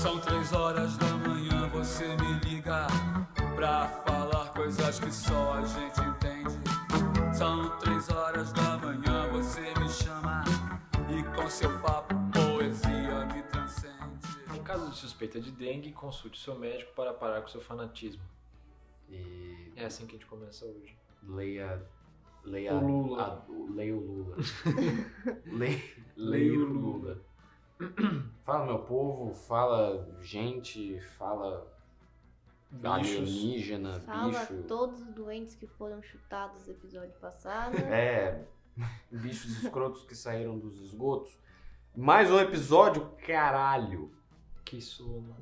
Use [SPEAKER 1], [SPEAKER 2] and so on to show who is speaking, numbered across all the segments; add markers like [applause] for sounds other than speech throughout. [SPEAKER 1] São três horas da manhã, você me liga pra falar coisas que só a gente entende. São três horas da manhã, você me chama e com seu papo poesia me transcende.
[SPEAKER 2] Em caso de suspeita de dengue, consulte seu médico para parar com seu fanatismo.
[SPEAKER 3] E
[SPEAKER 2] É assim que a gente começa hoje.
[SPEAKER 3] leia. Leia
[SPEAKER 2] O Lula.
[SPEAKER 3] a- o- leia
[SPEAKER 2] [laughs]
[SPEAKER 3] o Lula. Le- leia o Lula. [clears throat] Fala, meu povo, fala gente, fala
[SPEAKER 2] Bichos.
[SPEAKER 3] alienígena,
[SPEAKER 4] Fala
[SPEAKER 3] bicho.
[SPEAKER 4] todos os doentes que foram chutados no episódio passado.
[SPEAKER 3] É, [laughs] bichos escrotos que saíram dos esgotos. Mais um episódio, caralho.
[SPEAKER 2] Que soma.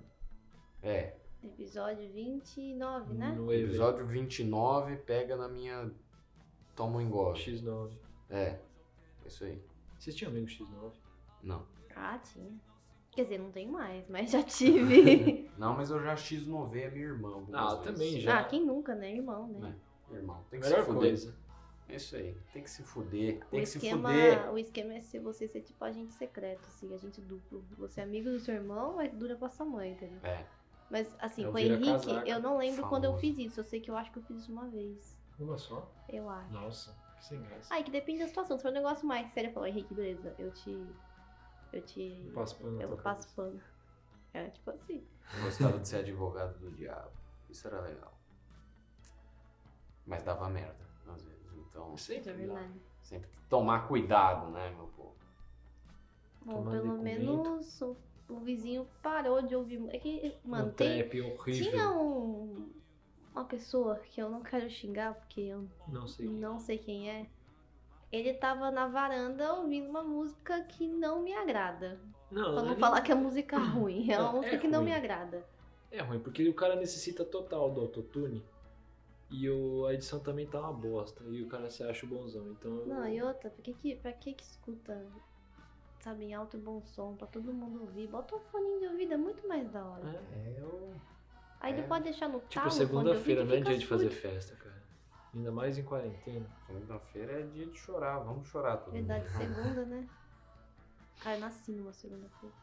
[SPEAKER 3] É,
[SPEAKER 4] Episódio 29, né?
[SPEAKER 2] No episódio
[SPEAKER 3] episódio 29 pega na minha toma um engole.
[SPEAKER 2] X9.
[SPEAKER 3] É, isso aí.
[SPEAKER 2] Vocês tinham amigo X9?
[SPEAKER 3] Não.
[SPEAKER 4] Ah, tinha. Quer dizer, não tem mais,
[SPEAKER 3] [laughs]
[SPEAKER 4] mas já tive.
[SPEAKER 3] Não, mas eu já x9 a minha irmã. algumas
[SPEAKER 2] Ah,
[SPEAKER 3] vezes.
[SPEAKER 2] também já.
[SPEAKER 4] ah, quem nunca, né? Irmão, né?
[SPEAKER 3] Meu irmão, tem que
[SPEAKER 2] Melhor
[SPEAKER 3] se fuder.
[SPEAKER 2] coisa.
[SPEAKER 3] É Isso aí, tem que se fuder,
[SPEAKER 4] O
[SPEAKER 3] tem que se
[SPEAKER 4] esquema,
[SPEAKER 3] fuder.
[SPEAKER 4] o esquema é ser você ser tipo agente secreto, assim, agente duplo. Você é amigo do seu irmão, mas dura pra sua mãe, entendeu?
[SPEAKER 3] É,
[SPEAKER 4] Mas assim,
[SPEAKER 2] É o
[SPEAKER 4] com o Henrique,
[SPEAKER 2] vira-casaca.
[SPEAKER 4] eu não lembro quando eu
[SPEAKER 3] Famoso.
[SPEAKER 4] fiz isso. Eu sei que eu acho que eu fiz isso uma vez.
[SPEAKER 2] Uma só?
[SPEAKER 4] Eu acho.
[SPEAKER 2] Nossa, que sem graça.
[SPEAKER 4] Ah, é que depende da situação. Se for um negócio mais sério, eu falo, Henrique, beleza, eu te. Eu te.
[SPEAKER 2] Eu passo pano na
[SPEAKER 4] Eu
[SPEAKER 2] tua
[SPEAKER 4] passo pano. É tipo assim.
[SPEAKER 3] eu gostava de ser advogado do diabo. Isso era legal. Mas dava merda, às vezes. Então,
[SPEAKER 2] cabeça. Sempre
[SPEAKER 4] É
[SPEAKER 2] dá.
[SPEAKER 4] verdade.
[SPEAKER 3] sempre tomar cuidado, né, meu povo?
[SPEAKER 4] Bom,
[SPEAKER 2] Tomando
[SPEAKER 4] pelo
[SPEAKER 2] documento.
[SPEAKER 4] menos o, o vizinho parou de ouvir. mu- É que, mano,
[SPEAKER 2] um
[SPEAKER 4] tem,
[SPEAKER 2] trap horrível.
[SPEAKER 4] tinha um. Uma pessoa que eu não quero xingar porque eu
[SPEAKER 2] Não sei.
[SPEAKER 4] não sei quem é. Ele tava na varanda ouvindo uma música que não me agrada.
[SPEAKER 2] Não,
[SPEAKER 4] Pra não
[SPEAKER 2] ele-
[SPEAKER 4] falar que é música ruim, é uma
[SPEAKER 2] É
[SPEAKER 4] música que não
[SPEAKER 2] ruim.
[SPEAKER 4] me agrada.
[SPEAKER 2] É ruim, porque o cara necessita total do autotune e o, a edição também tá uma bosta. E o cara se acha o bonzão. Então.
[SPEAKER 4] Não, e outra, pra que que, pra que, que escuta, sabe, em alto e bom som, pra todo mundo ouvir? Bota um fone de ouvido, é muito mais da hora.
[SPEAKER 2] É.
[SPEAKER 3] É, eu.
[SPEAKER 4] Aí
[SPEAKER 3] é. né?
[SPEAKER 4] tu pode deixar no
[SPEAKER 2] Tipo,
[SPEAKER 4] talo o fone de
[SPEAKER 2] segunda-feira não é
[SPEAKER 4] ouvido e fica
[SPEAKER 2] dia de fazer
[SPEAKER 4] surdo.
[SPEAKER 2] festa, cara. Ainda mais em quarentena.
[SPEAKER 3] Segunda-feira é dia de chorar, vamos chorar todo
[SPEAKER 4] Verdade, segunda, né? Cara, eu nasci numa segunda-feira.
[SPEAKER 3] mundo.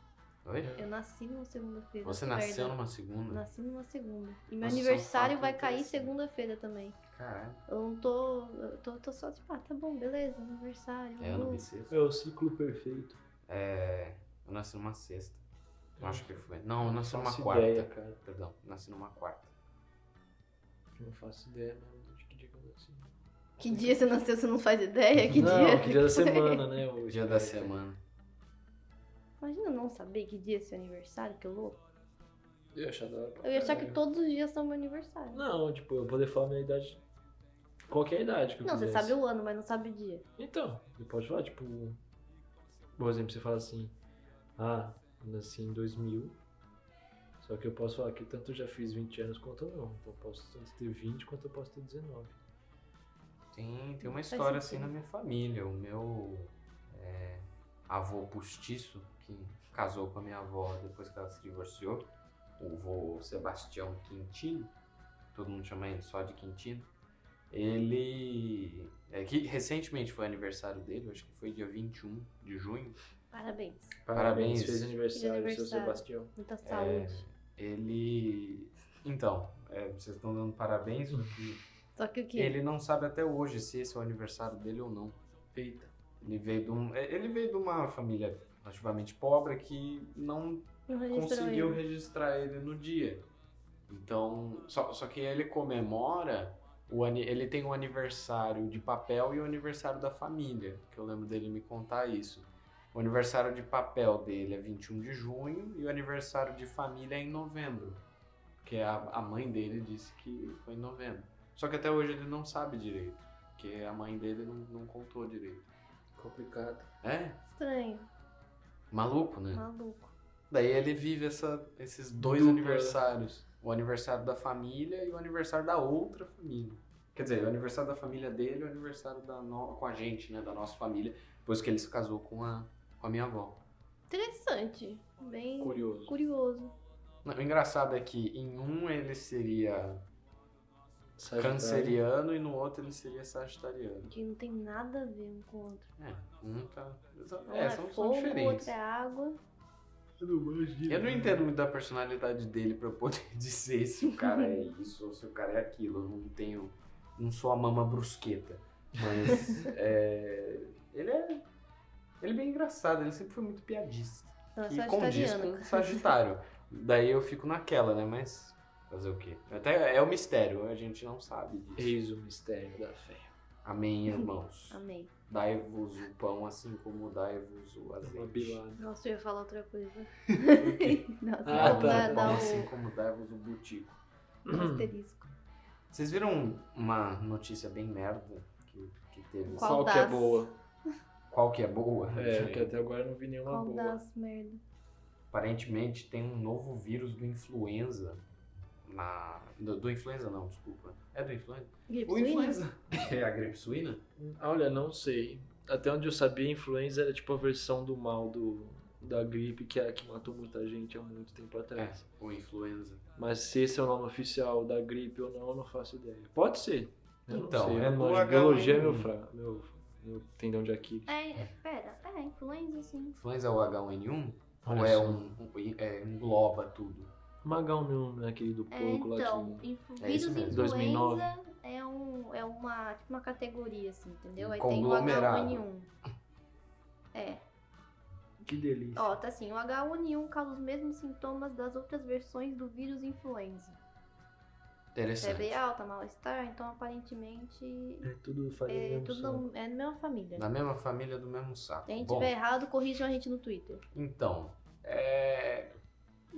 [SPEAKER 3] Oi?
[SPEAKER 4] Eu nasci numa segunda-feira.
[SPEAKER 3] Você
[SPEAKER 4] que
[SPEAKER 3] nasceu
[SPEAKER 4] merda.
[SPEAKER 3] numa segunda?
[SPEAKER 4] Nasci numa segunda. E meu
[SPEAKER 3] Nossa,
[SPEAKER 4] aniversário
[SPEAKER 3] são fatos
[SPEAKER 4] vai cair
[SPEAKER 3] interessantes.
[SPEAKER 4] segunda-feira também.
[SPEAKER 3] Caralho.
[SPEAKER 4] Eu não tô. Eu tô, tô só tipo, ah, tá bom, beleza, aniversário.
[SPEAKER 3] É, eu não
[SPEAKER 4] uhul.
[SPEAKER 3] me sexta.
[SPEAKER 2] É o ciclo perfeito.
[SPEAKER 3] É. Eu nasci numa sexta. Eu acho que
[SPEAKER 2] não
[SPEAKER 3] foi. Não, eu nasci numa
[SPEAKER 2] faço
[SPEAKER 3] quarta.
[SPEAKER 2] ideia, cara.
[SPEAKER 3] Perdão, nasci numa quarta.
[SPEAKER 2] Não faço ideia, mano, de que dia que eu nasci.
[SPEAKER 4] Que dia você nasceu, você não faz ideia? Que
[SPEAKER 2] não,
[SPEAKER 4] dia?
[SPEAKER 2] que dia da
[SPEAKER 4] foi?
[SPEAKER 2] semana, né? O
[SPEAKER 3] Dia da semana.
[SPEAKER 4] Imagina não saber que dia é seu aniversário, que louco.
[SPEAKER 2] Eu ia achar da hora pra
[SPEAKER 4] Eu ia achar que
[SPEAKER 3] É.
[SPEAKER 2] caralho.
[SPEAKER 4] todos os dias são meu aniversário. Não,
[SPEAKER 2] Não, tipo, eu poder falar a minha idade. Qualquer idade que eu
[SPEAKER 4] você
[SPEAKER 3] é
[SPEAKER 2] quisesse.
[SPEAKER 4] sabe o ano, mas não sabe o dia.
[SPEAKER 2] Então, você pode falar, tipo. Por exemplo, você fala assim. Ah, eu nasci em 2000. Só que eu posso falar que tanto eu já fiz 20 anos quanto eu não. Então eu posso tanto ter 20 quanto eu posso ter 19.
[SPEAKER 3] Tem, tem uma
[SPEAKER 4] Faz
[SPEAKER 3] história assim na
[SPEAKER 4] sentido.
[SPEAKER 3] minha família. O meu é, avô postiço, que casou com a minha avó depois que ela se divorciou, o vô Sebastião Quintino, todo mundo chama ele só de Quintino, ele. É, que recentemente foi aniversário dele, acho que foi dia 21 de junho.
[SPEAKER 4] Parabéns.
[SPEAKER 3] Parabéns.
[SPEAKER 2] Fez aniversário,
[SPEAKER 4] Feliz
[SPEAKER 2] seu
[SPEAKER 4] aniversário.
[SPEAKER 2] Sebastião.
[SPEAKER 3] É.
[SPEAKER 4] Muita saúde.
[SPEAKER 3] Ele. Então, é, vocês estão dando parabéns, só que
[SPEAKER 4] Só que o quê?
[SPEAKER 3] ele não sabe até hoje se esse é o aniversário dele ou não.
[SPEAKER 2] Eita.
[SPEAKER 3] Ele veio de, um, é, ele veio de uma família relativamente pobre que não
[SPEAKER 4] não registrou
[SPEAKER 3] conseguiu
[SPEAKER 4] ele.
[SPEAKER 3] registrar ele no dia. Então, só, só que ele comemora, o, ani- ele tem o aniversário de papel e o aniversário da família, que eu lembro dele me contar isso. O aniversário de papel dele é 21 de junho e o aniversário de família é em novembro, porque a, a mãe dele disse que foi em novembro. Só que até hoje ele não sabe direito, porque a mãe dele não, não contou direito.
[SPEAKER 2] Complicado.
[SPEAKER 3] É,
[SPEAKER 4] Estranho,
[SPEAKER 3] Maluco, né?
[SPEAKER 4] maluco.
[SPEAKER 3] Daí ele vive essa- esses dois
[SPEAKER 2] Dupla.
[SPEAKER 3] aniversários. O aniversário da família e o aniversário da outra família. Quer dizer, o aniversário da família dele e o aniversário da no- com a gente, né? Da nossa família. Depois que ele se casou com a, com a minha avó.
[SPEAKER 4] Interessante. Bem
[SPEAKER 2] Curioso.
[SPEAKER 4] curioso.
[SPEAKER 3] Não, O engraçado é que em um ele seria
[SPEAKER 2] Sagitário.
[SPEAKER 3] canceriano e no outro ele seria sagitariano.
[SPEAKER 4] Que não tem nada a ver um com o outro.
[SPEAKER 3] É, um tá...
[SPEAKER 4] Um
[SPEAKER 3] É,
[SPEAKER 4] é
[SPEAKER 3] são, são
[SPEAKER 4] fogo, o
[SPEAKER 3] diferentes.
[SPEAKER 4] outro é água.
[SPEAKER 2] Eu não manjo de
[SPEAKER 3] Eu não
[SPEAKER 2] nada.
[SPEAKER 3] entendo muito da personalidade dele pra eu poder [laughs] dizer se o cara é isso ou se o cara é aquilo. Eu não tenho. Não sou a mama brusqueta. Mas. é, ele é. Ele é bem engraçado, ele sempre foi muito piadista.
[SPEAKER 4] Não, é
[SPEAKER 3] que condiz com
[SPEAKER 4] sagitariano.
[SPEAKER 3] o Sagitário. Daí eu fico naquela, né? Mas. Fazer o quê? Até é um mistério, a gente não sabe disso.
[SPEAKER 2] Eis o mistério da fé.
[SPEAKER 3] Amém, irmãos.
[SPEAKER 4] Amei.
[SPEAKER 3] Dai-vos o pão assim como dai-vos o
[SPEAKER 2] Uma
[SPEAKER 3] azeite.
[SPEAKER 2] bilada.
[SPEAKER 4] Nossa, eu ia falar outra coisa. [laughs] Nossa,
[SPEAKER 2] Ah,
[SPEAKER 4] não
[SPEAKER 2] tá. Não,
[SPEAKER 3] Dai-vos o
[SPEAKER 4] dá, dá
[SPEAKER 3] pão
[SPEAKER 4] um
[SPEAKER 3] assim como dai-vos o butico.
[SPEAKER 4] asterisco.
[SPEAKER 3] Vocês viram uma notícia bem merda que, que
[SPEAKER 2] [clears throat]
[SPEAKER 3] teve?
[SPEAKER 4] Qual
[SPEAKER 2] que é
[SPEAKER 4] das?
[SPEAKER 2] boa?
[SPEAKER 3] Qual que é boa?
[SPEAKER 2] É, que até agora eu não vi
[SPEAKER 3] Tá
[SPEAKER 2] nenhuma
[SPEAKER 4] Qual
[SPEAKER 2] boa.
[SPEAKER 4] das merda?
[SPEAKER 3] Aparentemente tem um novo vírus do influenza na... Do, do influenza não, desculpa. É do influenza?
[SPEAKER 4] Gripe
[SPEAKER 3] O
[SPEAKER 4] suína?
[SPEAKER 3] influenza. [laughs] É a gripe suína?
[SPEAKER 2] Olha, não sei. Até onde eu sabia, a influenza era tipo a versão do mal do, da gripe, que é a que matou muita gente há muito tempo atrás.
[SPEAKER 3] Ou influenza.
[SPEAKER 2] Mas se esse é o nome oficial da gripe ou não, eu não faço ideia. Pode ser. Eu
[SPEAKER 3] Então,
[SPEAKER 2] não sei.
[SPEAKER 3] é
[SPEAKER 2] Eu não
[SPEAKER 3] do
[SPEAKER 2] manjo.
[SPEAKER 3] H1N1.
[SPEAKER 2] Biologia é meu, fra... meu, meu tendão de Aquiles.
[SPEAKER 4] É, pera, é influenza sim.
[SPEAKER 3] Influenza é o H1N1?
[SPEAKER 2] Olha
[SPEAKER 3] ou é
[SPEAKER 2] só.
[SPEAKER 3] um, um- é, engloba tudo?
[SPEAKER 2] Magão meu, né, aquele do
[SPEAKER 4] É,
[SPEAKER 2] porco
[SPEAKER 4] então,
[SPEAKER 2] lá que...
[SPEAKER 4] influ-
[SPEAKER 3] É
[SPEAKER 4] vírus
[SPEAKER 3] isso mesmo.
[SPEAKER 4] influenza
[SPEAKER 2] 2009.
[SPEAKER 4] é, um, é uma, tipo uma categoria, assim, entendeu?
[SPEAKER 3] Um
[SPEAKER 4] Aí tem o
[SPEAKER 3] conglomerado.
[SPEAKER 4] H1N1. É.
[SPEAKER 2] Que delícia.
[SPEAKER 4] Ó, tá assim, o H1N1 causa os mesmos sintomas das outras versões do vírus influenza.
[SPEAKER 3] Interessante.
[SPEAKER 4] Febre alta, mal-estar, então aparentemente
[SPEAKER 2] É tudo faz
[SPEAKER 4] é,
[SPEAKER 2] mesmo
[SPEAKER 4] tudo
[SPEAKER 2] som.
[SPEAKER 4] no- é na mesma família.
[SPEAKER 3] Na mesma família, do mesmo saco.
[SPEAKER 4] Se a gente
[SPEAKER 3] Bom,
[SPEAKER 4] tiver errado, corrijam a gente no Twitter.
[SPEAKER 3] Então, é,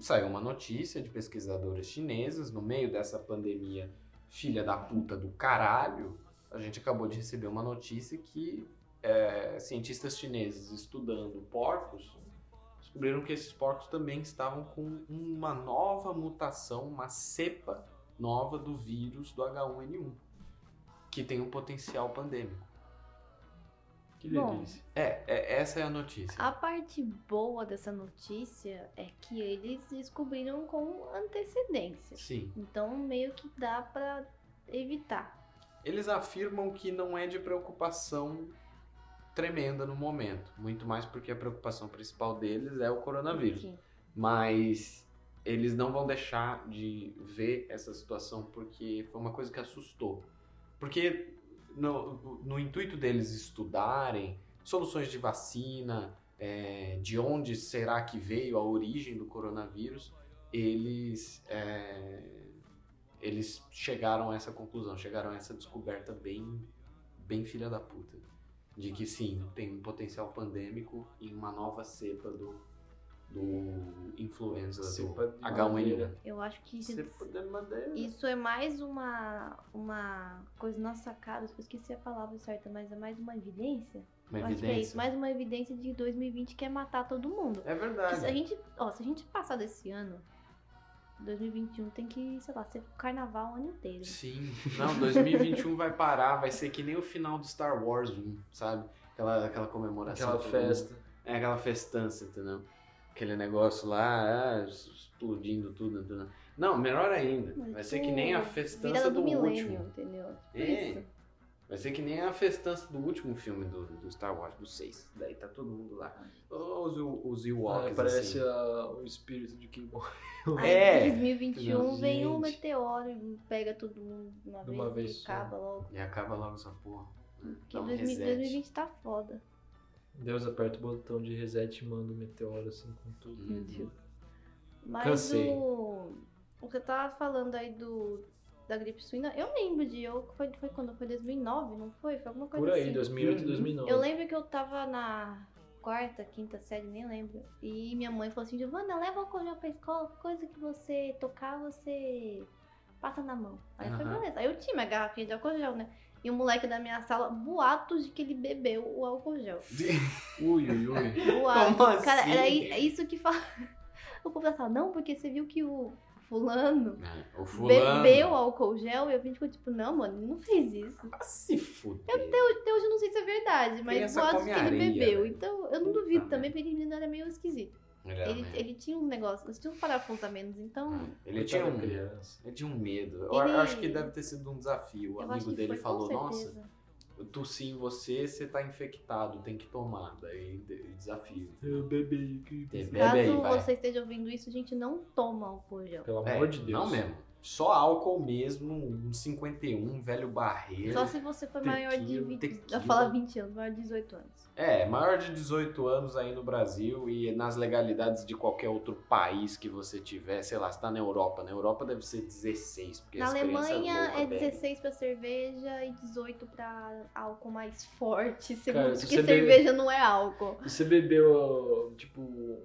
[SPEAKER 3] saiu uma notícia de pesquisadores chineses no meio dessa pandemia, filha da puta do caralho. A gente acabou de receber uma notícia que é, cientistas chineses estudando porcos descobriram que esses porcos também estavam com uma nova mutação, uma cepa nova do vírus do H1N1, que tem um potencial pandêmico.
[SPEAKER 2] Que
[SPEAKER 4] Bom.
[SPEAKER 2] delícia.
[SPEAKER 3] É, é- essa é a notícia.
[SPEAKER 4] A parte boa dessa notícia é que eles descobriram com antecedência.
[SPEAKER 3] Sim.
[SPEAKER 4] Então meio que dá pra evitar.
[SPEAKER 3] Eles afirmam que não é de preocupação tremenda no momento, muito mais porque a preocupação principal deles é o coronavírus.
[SPEAKER 4] Enfim,
[SPEAKER 3] Mas eles não vão deixar de ver essa situação porque foi uma coisa que assustou. Porque no, no intuito deles estudarem soluções de vacina, é, de onde será que veio a origem do coronavírus, eles, é, eles chegaram a essa conclusão, chegaram a essa descoberta bem, bem filha da puta. De que sim, tem um potencial pandêmico em uma nova cepa do, do influenza
[SPEAKER 2] Cepa de
[SPEAKER 3] do H1N1.
[SPEAKER 2] madeira.
[SPEAKER 4] eu acho que isso,
[SPEAKER 3] Cepa de
[SPEAKER 2] né?
[SPEAKER 3] madeira.
[SPEAKER 4] isso é mais uma, uma coisa nossa cara, eu esqueci a palavra certa, mas é mais uma evidência.
[SPEAKER 3] Uma
[SPEAKER 4] Eu Acho que é isso,
[SPEAKER 3] evidência.
[SPEAKER 4] mais uma evidência de que 2020 quer matar todo mundo.
[SPEAKER 3] É
[SPEAKER 4] Porque se a
[SPEAKER 3] verdade.
[SPEAKER 4] gente, ó, se a gente passar desse ano, 2021 tem que, sei lá, ser carnaval o ano inteiro.
[SPEAKER 3] Sim. Não, 2021 vai parar, vai ser que nem o final do Star Wars 1, sabe? Aquela, aquela comemoração.
[SPEAKER 2] Aquela
[SPEAKER 3] todo
[SPEAKER 2] festa.
[SPEAKER 3] mundo- É aquela festança, entendeu? Aquele negócio lá, ah, explodindo tudo, entendeu? Não, melhor ainda.
[SPEAKER 4] Mas,
[SPEAKER 3] Vai ser
[SPEAKER 4] tipo,
[SPEAKER 3] que nem a
[SPEAKER 4] virada
[SPEAKER 3] festança
[SPEAKER 4] do,
[SPEAKER 3] do,
[SPEAKER 4] milênio,
[SPEAKER 3] último.
[SPEAKER 4] entendeu? Tipo
[SPEAKER 3] É.
[SPEAKER 4] isso.
[SPEAKER 3] Vai ser que nem a festança do último filme do, do Star Wars, do 6. Daí tá todo mundo lá. Os, os
[SPEAKER 2] Ah,
[SPEAKER 3] Ewoks,
[SPEAKER 2] parece
[SPEAKER 3] assim.
[SPEAKER 2] ah, o espírito de que morreu
[SPEAKER 4] Aí,
[SPEAKER 3] É.
[SPEAKER 4] em 2021
[SPEAKER 3] Entendeu?
[SPEAKER 4] vem um
[SPEAKER 3] Gente.
[SPEAKER 4] meteoro e pega todo mundo de uma
[SPEAKER 2] De
[SPEAKER 4] vez,
[SPEAKER 2] uma vez
[SPEAKER 4] e
[SPEAKER 2] só.
[SPEAKER 4] acaba logo.
[SPEAKER 3] E acaba logo essa porra.
[SPEAKER 4] Porque
[SPEAKER 3] Dá um
[SPEAKER 4] 2020,
[SPEAKER 3] reset.
[SPEAKER 4] 2020 tá foda.
[SPEAKER 2] Deus aperta o botão de reset e manda o meteoro assim com tudo.
[SPEAKER 4] Meu
[SPEAKER 3] Uhum.
[SPEAKER 4] Deus. Mas
[SPEAKER 2] Cansei.
[SPEAKER 4] o. O que eu tava falando aí do. Da gripe suína, eu lembro de eu. Foi, foi quando? Foi 2009, não foi? Foi alguma coisa
[SPEAKER 2] Por aí,
[SPEAKER 4] assim.
[SPEAKER 2] 2008 e
[SPEAKER 3] Uhum.
[SPEAKER 2] 2009.
[SPEAKER 4] Eu lembro que eu tava na quarta, quinta série, nem lembro. E minha mãe falou assim: Giovana, leva o colhão pra escola, coisa que você tocar, você passa na mão. Aí foi
[SPEAKER 3] Aham.
[SPEAKER 4] beleza. Aí eu tinha minha garrafinha de álcool gel, né? E o moleque da minha sala, boatos de que ele bebeu o álcool gel.
[SPEAKER 2] [laughs] Ui, ui, ui.
[SPEAKER 4] Boatos.
[SPEAKER 3] Como
[SPEAKER 4] Cara,
[SPEAKER 3] assim?
[SPEAKER 4] era i- é isso que fala. [laughs] O povo da sala, não, porque você viu que o fulano.
[SPEAKER 3] É, o fulano.
[SPEAKER 4] Bebeu álcool gel e a gente ficou tipo, não, mano, ele não fez isso.
[SPEAKER 3] Ah, se fuder.
[SPEAKER 4] Até hoje eu não sei se é verdade, mas
[SPEAKER 3] Criança
[SPEAKER 4] boatos que
[SPEAKER 3] come
[SPEAKER 4] ele
[SPEAKER 3] areia,
[SPEAKER 4] bebeu.
[SPEAKER 3] velho.
[SPEAKER 4] Então eu não
[SPEAKER 3] Puta
[SPEAKER 4] duvido
[SPEAKER 3] merda.
[SPEAKER 4] também, porque ele era meio esquisito.
[SPEAKER 3] Ele, é era
[SPEAKER 4] Ele,
[SPEAKER 3] meio-
[SPEAKER 4] ele tinha uns negócios, tinha uns parafusos a menos, então
[SPEAKER 3] Ele tinha
[SPEAKER 2] Coitada da
[SPEAKER 3] um,
[SPEAKER 2] Tá criança.
[SPEAKER 3] ele tinha um medo. Eu
[SPEAKER 4] Ele-
[SPEAKER 3] eu acho que deve ter sido um desafio. O
[SPEAKER 4] eu acho
[SPEAKER 3] amigo
[SPEAKER 4] que
[SPEAKER 3] dele
[SPEAKER 4] foi
[SPEAKER 3] falou,
[SPEAKER 4] com
[SPEAKER 3] nossa,
[SPEAKER 4] certeza.
[SPEAKER 3] eu tossi em você, você tá infectado, tem que tomar. Daí de- desafio.
[SPEAKER 2] Eu bebi. que-
[SPEAKER 3] Tem bem. Bebe aí,
[SPEAKER 4] Caso
[SPEAKER 3] vai.
[SPEAKER 4] você esteja ouvindo isso, gente, não toma álcool gel.
[SPEAKER 2] Pelo
[SPEAKER 3] É,
[SPEAKER 2] amor de Deus.
[SPEAKER 3] Não mesmo. Só álcool mesmo, um 51, um velho barreiro.
[SPEAKER 4] Só se você for maior de
[SPEAKER 3] Tequila,
[SPEAKER 4] 20,
[SPEAKER 3] tequila.
[SPEAKER 4] eu falo 20 anos, maior de 18 anos.
[SPEAKER 3] É, maior de 18 anos aí no Brasil e nas legalidades de qualquer outro país que você tiver, sei lá, se tá na Europa. Na Europa deve ser 16, porque
[SPEAKER 4] Na
[SPEAKER 3] as crianças
[SPEAKER 4] Alemanha
[SPEAKER 3] loucas
[SPEAKER 4] é
[SPEAKER 3] bebem.
[SPEAKER 4] 16 pra cerveja e 18 pra álcool mais forte,
[SPEAKER 2] Cara,
[SPEAKER 4] segundo
[SPEAKER 2] se
[SPEAKER 4] que
[SPEAKER 2] você beber-
[SPEAKER 4] cerveja não é álcool.
[SPEAKER 2] E Você bebeu, tipo.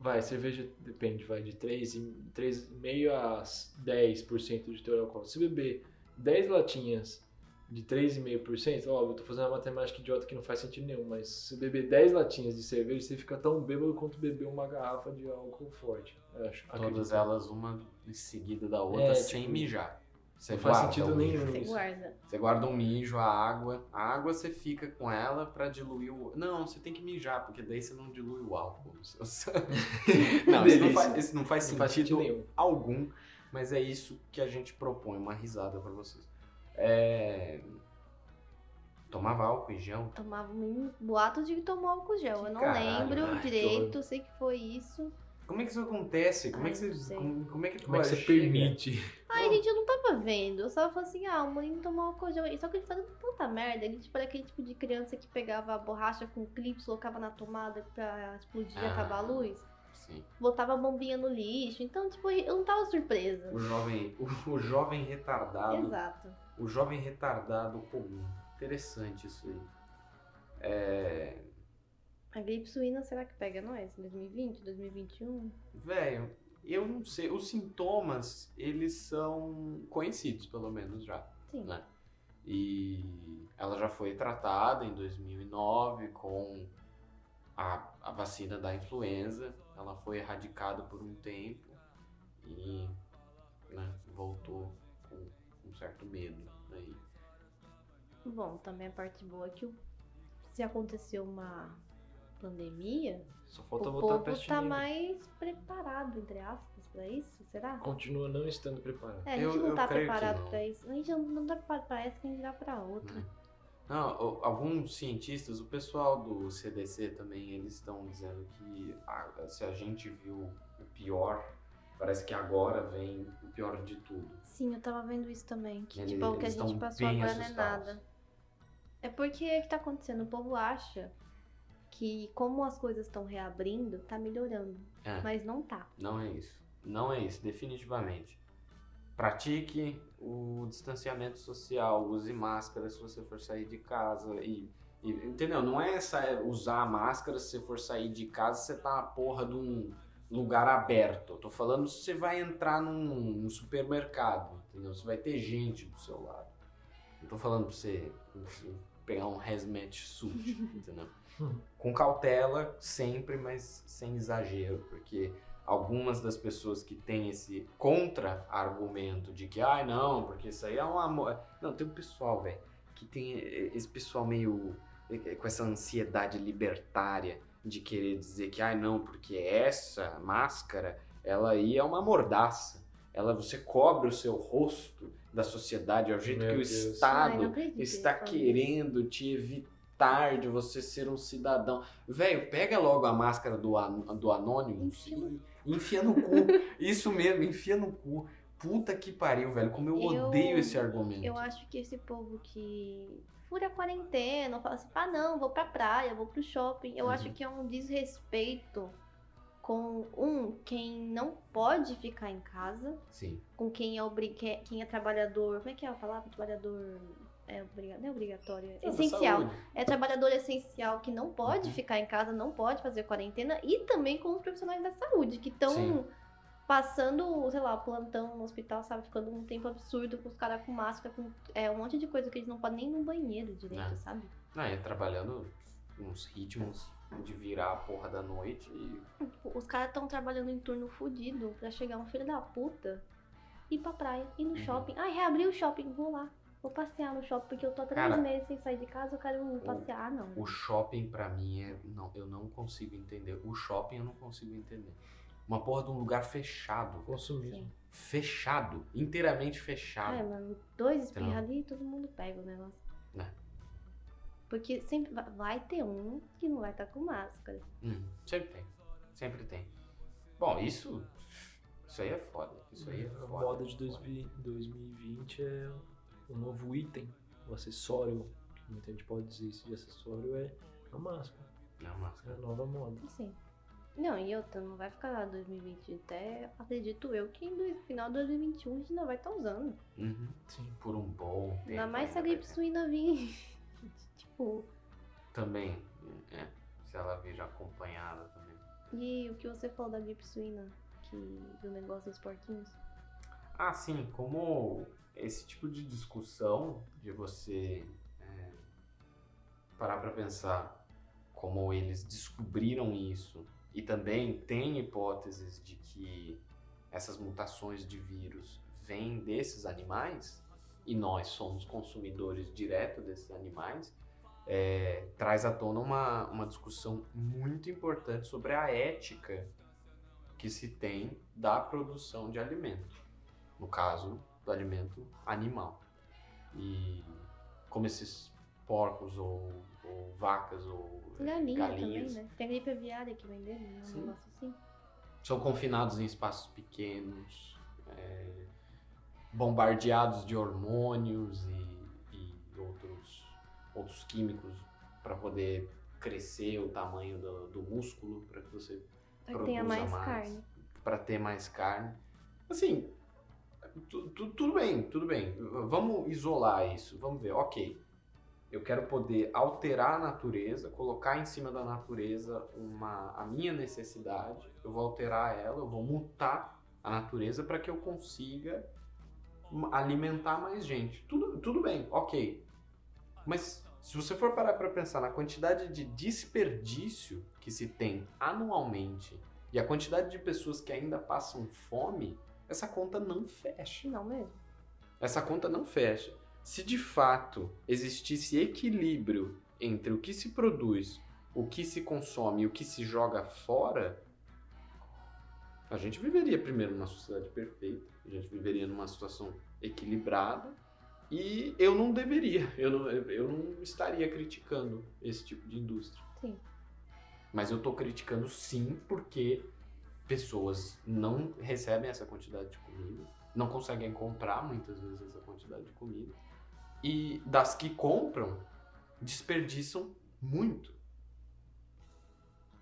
[SPEAKER 2] Vai, cerveja depende, vai de 3,5% a 10% de teor alcoólico. Se beber 10 latinhas de 3,5%, ó, eu tô fazendo uma matemática idiota que não faz sentido nenhum, mas se beber 10 latinhas de cerveja, você fica tão bêbado quanto beber uma garrafa de álcool forte. Eu acho,
[SPEAKER 3] Todas
[SPEAKER 2] acredito.
[SPEAKER 3] elas uma em seguida da outra,
[SPEAKER 2] É,
[SPEAKER 3] sem
[SPEAKER 2] tipo,
[SPEAKER 3] mijar. Você
[SPEAKER 2] não faz
[SPEAKER 3] guarda
[SPEAKER 2] sentido
[SPEAKER 3] o
[SPEAKER 2] nenhum.
[SPEAKER 3] mijo.
[SPEAKER 4] Você
[SPEAKER 2] Isso.
[SPEAKER 4] guarda.
[SPEAKER 3] Você guarda um mijo, a água. A água você fica com ela pra diluir o. Não, você tem que mijar, porque daí você não dilui o álcool. [laughs] não, isso não,
[SPEAKER 2] delícia.
[SPEAKER 3] faz, isso não faz
[SPEAKER 2] Não
[SPEAKER 3] sentido,
[SPEAKER 2] faz sentido nenhum.
[SPEAKER 3] algum, mas é isso que a gente propõe, uma risada pra vocês. É... Tomava álcool e gel?
[SPEAKER 4] Tomava um boato de que tomou álcool gel.
[SPEAKER 3] Que
[SPEAKER 4] eu não
[SPEAKER 3] caralho,
[SPEAKER 4] lembro
[SPEAKER 2] ai, que
[SPEAKER 4] direito, sei que foi isso.
[SPEAKER 3] Como é que isso acontece? Como é que
[SPEAKER 4] Ai, não
[SPEAKER 3] você,
[SPEAKER 4] sei.
[SPEAKER 3] como, como é que,
[SPEAKER 2] Como é que você
[SPEAKER 3] chega?
[SPEAKER 4] [laughs]
[SPEAKER 2] permite?
[SPEAKER 4] Ai,
[SPEAKER 3] Não.
[SPEAKER 4] gente, eu não tava vendo. Eu só falei assim, ah, o menino tomou álcool gel. E Só que ele fazia tanta merda. Ele tipo, era aquele tipo de criança que pegava a borracha com clips, colocava na tomada pra explodir e
[SPEAKER 3] Ah.
[SPEAKER 4] acabar a luz.
[SPEAKER 3] Sim.
[SPEAKER 4] Botava a bombinha no lixo. Então, tipo, eu não tava surpresa.
[SPEAKER 3] O jovem, o, o jovem retardado.
[SPEAKER 4] Exato.
[SPEAKER 3] O jovem retardado comum. Interessante isso aí. É...
[SPEAKER 4] A gripe suína, será que pega nós? 2020, 2021?
[SPEAKER 3] Velho, eu não sei. Os sintomas, eles são conhecidos, pelo menos já.
[SPEAKER 4] Sim.
[SPEAKER 3] Né? E ela já foi tratada em 2009 com a, a vacina da influenza. Ela foi erradicada por um tempo e né, voltou com um certo medo. Aí.
[SPEAKER 4] Bom, também a parte boa é que o- se acontecer uma pandemia,
[SPEAKER 2] Só falta
[SPEAKER 4] o
[SPEAKER 2] botar a
[SPEAKER 4] povo
[SPEAKER 2] peste
[SPEAKER 4] tá
[SPEAKER 2] negra.
[SPEAKER 4] mais preparado, entre aspas, pra isso, será?
[SPEAKER 2] Continua não estando preparado.
[SPEAKER 4] É, a gente
[SPEAKER 3] Eu- eu
[SPEAKER 4] não tá
[SPEAKER 3] creio que
[SPEAKER 4] preparado
[SPEAKER 3] não. Hum.
[SPEAKER 4] pra isso. A gente não, não tá preparado pra essa, quem dirá pra outra.
[SPEAKER 3] né? Não, o- alguns cientistas, o pessoal do CDC também, eles estão dizendo que a- se a gente viu o pior, parece que agora vem o pior de tudo.
[SPEAKER 4] Sim, eu tava vendo isso também. Que,
[SPEAKER 3] Eles-
[SPEAKER 4] tipo, o que a
[SPEAKER 3] eles
[SPEAKER 4] gente
[SPEAKER 3] tão
[SPEAKER 4] passou
[SPEAKER 3] bem
[SPEAKER 4] agora não é
[SPEAKER 3] assustados.
[SPEAKER 4] nada. É porque é que tá acontecendo. O povo acha que, como as coisas estão reabrindo, tá melhorando.
[SPEAKER 3] É.
[SPEAKER 4] Mas não tá.
[SPEAKER 3] Não é isso. Não é isso, definitivamente. Pratique o distanciamento social, use máscara se você for sair de casa e, e- entendeu? Não é essa usar a máscara se você for sair de casa, você tá na porra de um lugar aberto. Eu tô falando se você vai entrar num, num supermercado, entendeu? Você vai ter gente do seu lado. Não tô falando pra você enfim, pegar um hazmat suit, entendeu?
[SPEAKER 2] Hum.
[SPEAKER 3] Com cautela sempre, mas sem exagero, porque algumas das pessoas que têm esse contra-argumento de que, ai não, porque isso aí é um amor. Não, tem um pessoal, velho, que tem eh, esse pessoal meio eh, com essa ansiedade libertária de querer dizer que, ai não, porque essa máscara, ela aí é uma mordaça. Ela, você cobre o seu rosto da sociedade, é o jeito
[SPEAKER 2] Meu
[SPEAKER 3] que o
[SPEAKER 2] Deus.
[SPEAKER 4] Ai,
[SPEAKER 3] Estado
[SPEAKER 4] não acredito.
[SPEAKER 3] Tá está
[SPEAKER 4] nisso.
[SPEAKER 3] querendo te evitar de você ser um cidadão. Velho, pega logo a máscara do, an do Anonymous
[SPEAKER 4] Enfia
[SPEAKER 3] e enfia no cu. Isso mesmo, enfia no cu. Puta que pariu, velho. Como eu,
[SPEAKER 4] Eu-
[SPEAKER 3] odeio esse argumento.
[SPEAKER 4] Eu acho que esse povo que fura a quarentena, fala assim, ah não, vou pra praia, vou pro shopping. Eu
[SPEAKER 3] Uhum.
[SPEAKER 4] acho que é um desrespeito com um quem não pode ficar em casa,
[SPEAKER 3] Sim.
[SPEAKER 4] com quem é obri... que- quem é trabalhador. Como é que é a palavra? Trabalhador. É obriga... Não é obrigatório, é essencial. É trabalhador essencial que não pode
[SPEAKER 3] Uhum.
[SPEAKER 4] ficar em casa, não pode fazer quarentena, e também com os profissionais da saúde, que estão
[SPEAKER 3] Sim.
[SPEAKER 4] passando, sei lá, plantão no hospital, sabe, ficando um tempo absurdo com os caras com máscara, com é, um monte de coisa que eles não podem nem ir no banheiro direito,
[SPEAKER 3] É.
[SPEAKER 4] sabe?
[SPEAKER 3] Não, é trabalhando uns ritmos de virar a porra da noite e.
[SPEAKER 4] Tipo, Os caras estão trabalhando em turno fudido pra chegar um filho da puta, ir pra praia, ir no
[SPEAKER 3] Uhum.
[SPEAKER 4] shopping. Ai, reabriu o shopping, vou lá. Vou passear no shopping, porque eu tô há três
[SPEAKER 3] Cara,
[SPEAKER 4] meses sem sair de casa, eu quero passear. Ah, não.
[SPEAKER 3] O shopping pra mim é. Não, eu não consigo entender. O shopping eu não consigo entender. Uma porra de um lugar
[SPEAKER 4] É.
[SPEAKER 3] fechado.
[SPEAKER 2] Consumismo.
[SPEAKER 3] Fechado. Inteiramente fechado.
[SPEAKER 4] Ai, É, mano, dois
[SPEAKER 3] Então. É.
[SPEAKER 4] espirra ali e todo mundo pega o negócio. Porque sempre va- vai ter um que não vai estar com máscara. tipo
[SPEAKER 3] Hum, sempre tem. Sempre tem. Bom, isso. Isso aí é foda. Isso aí é
[SPEAKER 2] a
[SPEAKER 3] foda.
[SPEAKER 2] Uhum. moda de 2000 2020 é um novo item, um acessório. que Muita gente pode dizer isso de acessório é a máscara.
[SPEAKER 3] Não,
[SPEAKER 2] É a
[SPEAKER 3] máscara.
[SPEAKER 2] nova moda.
[SPEAKER 4] Assim. Não, e outra, não vai ficar lá 2020 até, acredito eu, que no final de 2021 a gente ainda vai estar usando.
[SPEAKER 3] Uhum.
[SPEAKER 2] Sim.
[SPEAKER 3] Por um bom tempo.
[SPEAKER 4] Ainda mais se a
[SPEAKER 3] ainda
[SPEAKER 4] gripe
[SPEAKER 3] vai
[SPEAKER 4] suína vir. [laughs] tipo,
[SPEAKER 3] ter. Também. É. Se ela vir acompanhada também.
[SPEAKER 4] e o que você falou da gripe suína? Que, do negócio dos porquinhos?
[SPEAKER 3] Ah, sim, como esse tipo de discussão de você é, parar para pensar como eles descobriram isso e também tem hipóteses de que essas mutações de vírus vêm desses animais e nós somos consumidores direto desses animais, é, traz à tona uma, uma discussão muito importante sobre a ética que se tem da produção de alimentos no caso do alimento animal. E como esses porcos ou, ou vacas ou eh,
[SPEAKER 4] Galinha
[SPEAKER 3] galinhas
[SPEAKER 4] também, né? Tem gripe aviária que vem dele, né? um
[SPEAKER 3] Sim.
[SPEAKER 4] negócio assim.
[SPEAKER 3] são confinados em espaços pequenos, é, bombardeados de hormônios e, e outros, outros químicos para poder crescer o tamanho do, do músculo, para que você
[SPEAKER 4] Pra que tenha
[SPEAKER 3] produza
[SPEAKER 4] mais, carne.
[SPEAKER 3] Pra ter mais carne. Assim, tu- tu- tudo bem, tudo bem. Vamos isolar isso, vamos ver. Ok, eu quero poder alterar a natureza, colocar em cima da natureza uma, a minha necessidade. Eu vou alterar ela, eu vou mutar a natureza para que eu consiga m- alimentar mais gente. Tudo, tudo bem, ok. Mas se você for parar para pensar na quantidade de desperdício que se tem anualmente e a quantidade de pessoas que ainda passam fome, essa conta não fecha.
[SPEAKER 4] Não mesmo.
[SPEAKER 3] Essa conta não fecha. Se de fato existisse equilíbrio entre o que se produz, o que se consome e o que se joga fora, a gente viveria primeiro numa sociedade perfeita, a gente viveria numa situação equilibrada e eu não deveria, eu não, eu não estaria criticando esse tipo de indústria.
[SPEAKER 4] Sim.
[SPEAKER 3] Mas eu tô criticando sim porque pessoas não recebem essa quantidade de comida, não conseguem comprar muitas vezes essa quantidade de comida. E das que compram, desperdiçam muito.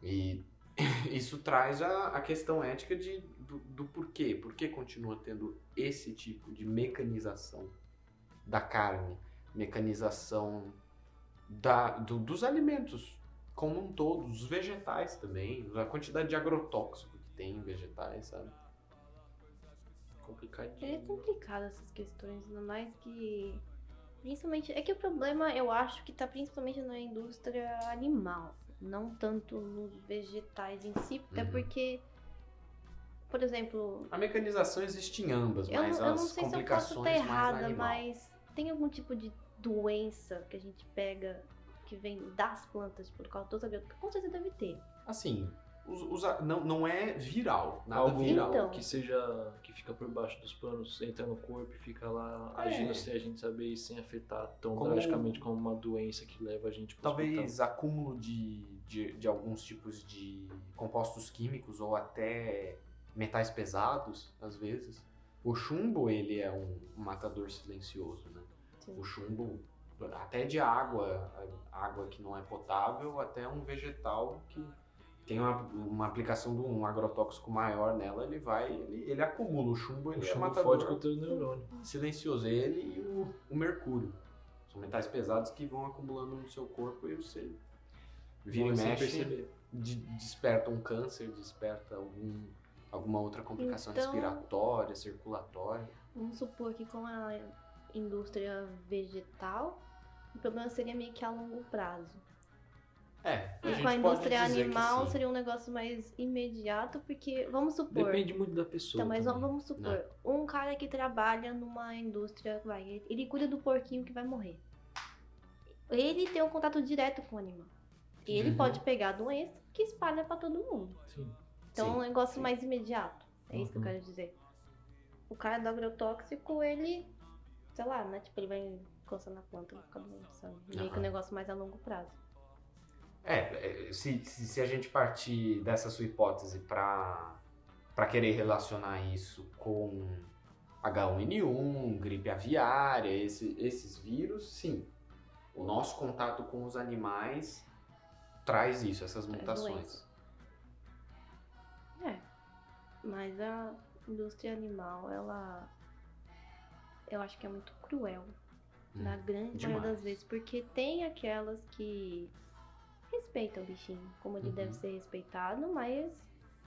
[SPEAKER 3] E [laughs] isso traz a, a questão ética de, do, do porquê. Por que continua tendo esse tipo de mecanização da carne, mecanização da, do- dos alimentos como um todo, os vegetais também, a quantidade de agrotóxico que tem em vegetais, sabe?
[SPEAKER 4] É
[SPEAKER 3] Complicadinho.
[SPEAKER 4] complicado essas questões, ainda mais que. Principalmente. É que o problema, eu acho, que tá principalmente na indústria animal. Não tanto nos vegetais em si. Até
[SPEAKER 3] Uhum.
[SPEAKER 4] porque, por exemplo,
[SPEAKER 3] A mecanização existe em ambas,
[SPEAKER 4] eu,
[SPEAKER 3] mas
[SPEAKER 4] não- eu não
[SPEAKER 3] as
[SPEAKER 4] sei se eu
[SPEAKER 3] complicações
[SPEAKER 4] posso estar
[SPEAKER 3] mais no
[SPEAKER 4] errada,
[SPEAKER 3] animal.
[SPEAKER 4] mas tem algum tipo de doença que a gente pega que vem das plantas por causa dos agrotóxicos? Com certeza deve ter.
[SPEAKER 3] Assim, os- os a- não, não é viral, nada
[SPEAKER 2] Algo
[SPEAKER 3] viral.
[SPEAKER 4] Então.
[SPEAKER 2] que seja. que fica por baixo dos panos, entra no corpo e fica lá
[SPEAKER 3] É.
[SPEAKER 2] agindo sem a gente saber e sem afetar tão
[SPEAKER 3] Como-
[SPEAKER 2] drasticamente como uma doença que leva a gente pro hospital.
[SPEAKER 3] Talvez acúmulo de, de, de alguns tipos de compostos químicos ou até metais pesados, às vezes. O chumbo, ele é um matador silencioso, né?
[SPEAKER 4] Sim.
[SPEAKER 3] O chumbo, até de água, a- água que não é potável, até um vegetal que tem uma, uma aplicação de um agrotóxico maior nela, ele vai, ele, ele acumula. O chumbo, ele
[SPEAKER 2] O
[SPEAKER 3] é
[SPEAKER 2] chumbo
[SPEAKER 3] matador
[SPEAKER 2] fode com o teu neurônio.
[SPEAKER 3] silencioso é ele e o, o mercúrio. São metais pesados que vão acumulando no seu corpo e você vira e
[SPEAKER 2] Sem
[SPEAKER 3] mexe,
[SPEAKER 2] perceber.
[SPEAKER 3] de- desperta um câncer, desperta algum, alguma outra complicação
[SPEAKER 4] Então-
[SPEAKER 3] respiratória, circulatória.
[SPEAKER 4] Vamos supor que com a indústria vegetal, o problema seria meio que a longo prazo.
[SPEAKER 3] É, a
[SPEAKER 4] E
[SPEAKER 3] gente
[SPEAKER 4] com a
[SPEAKER 3] pode
[SPEAKER 4] indústria
[SPEAKER 3] dizer que
[SPEAKER 4] animal
[SPEAKER 3] sim.
[SPEAKER 4] seria um negócio mais imediato, porque vamos supor.
[SPEAKER 2] Depende muito da pessoa.
[SPEAKER 4] Então, mas
[SPEAKER 3] né?
[SPEAKER 2] também.
[SPEAKER 4] vamos, vamos supor, um cara que trabalha numa indústria, vai, ele- ele cuida do porquinho que vai morrer. Ele tem um contato direto com o animal. E ele
[SPEAKER 3] Uhum.
[SPEAKER 4] pode pegar a doença que espalha pra todo mundo.
[SPEAKER 2] Sim.
[SPEAKER 4] Então é um
[SPEAKER 3] Sim,
[SPEAKER 4] negócio
[SPEAKER 3] sim.
[SPEAKER 4] mais imediato. É isso que eu
[SPEAKER 2] Uhum.
[SPEAKER 4] quero dizer. O cara do agrotóxico, ele. Sei lá, né? Tipo, ele vai coça na planta do cabelo, sabe? Meio que um negócio mais a longo prazo.
[SPEAKER 3] É, é, se, se, se a gente partir dessa sua hipótese pra pra querer relacionar isso com H1N1, gripe aviária, esse- esses vírus, sim. O nosso contato com os animais traz isso, essas mutações.
[SPEAKER 4] doença. É. Mas a indústria animal, ela. Eu acho que é muito cruel. na grande maioria
[SPEAKER 3] Hum, demais.
[SPEAKER 4] das vezes. Porque tem aquelas que respeitam o bichinho, como ele
[SPEAKER 3] Uhum.
[SPEAKER 4] deve ser respeitado, mas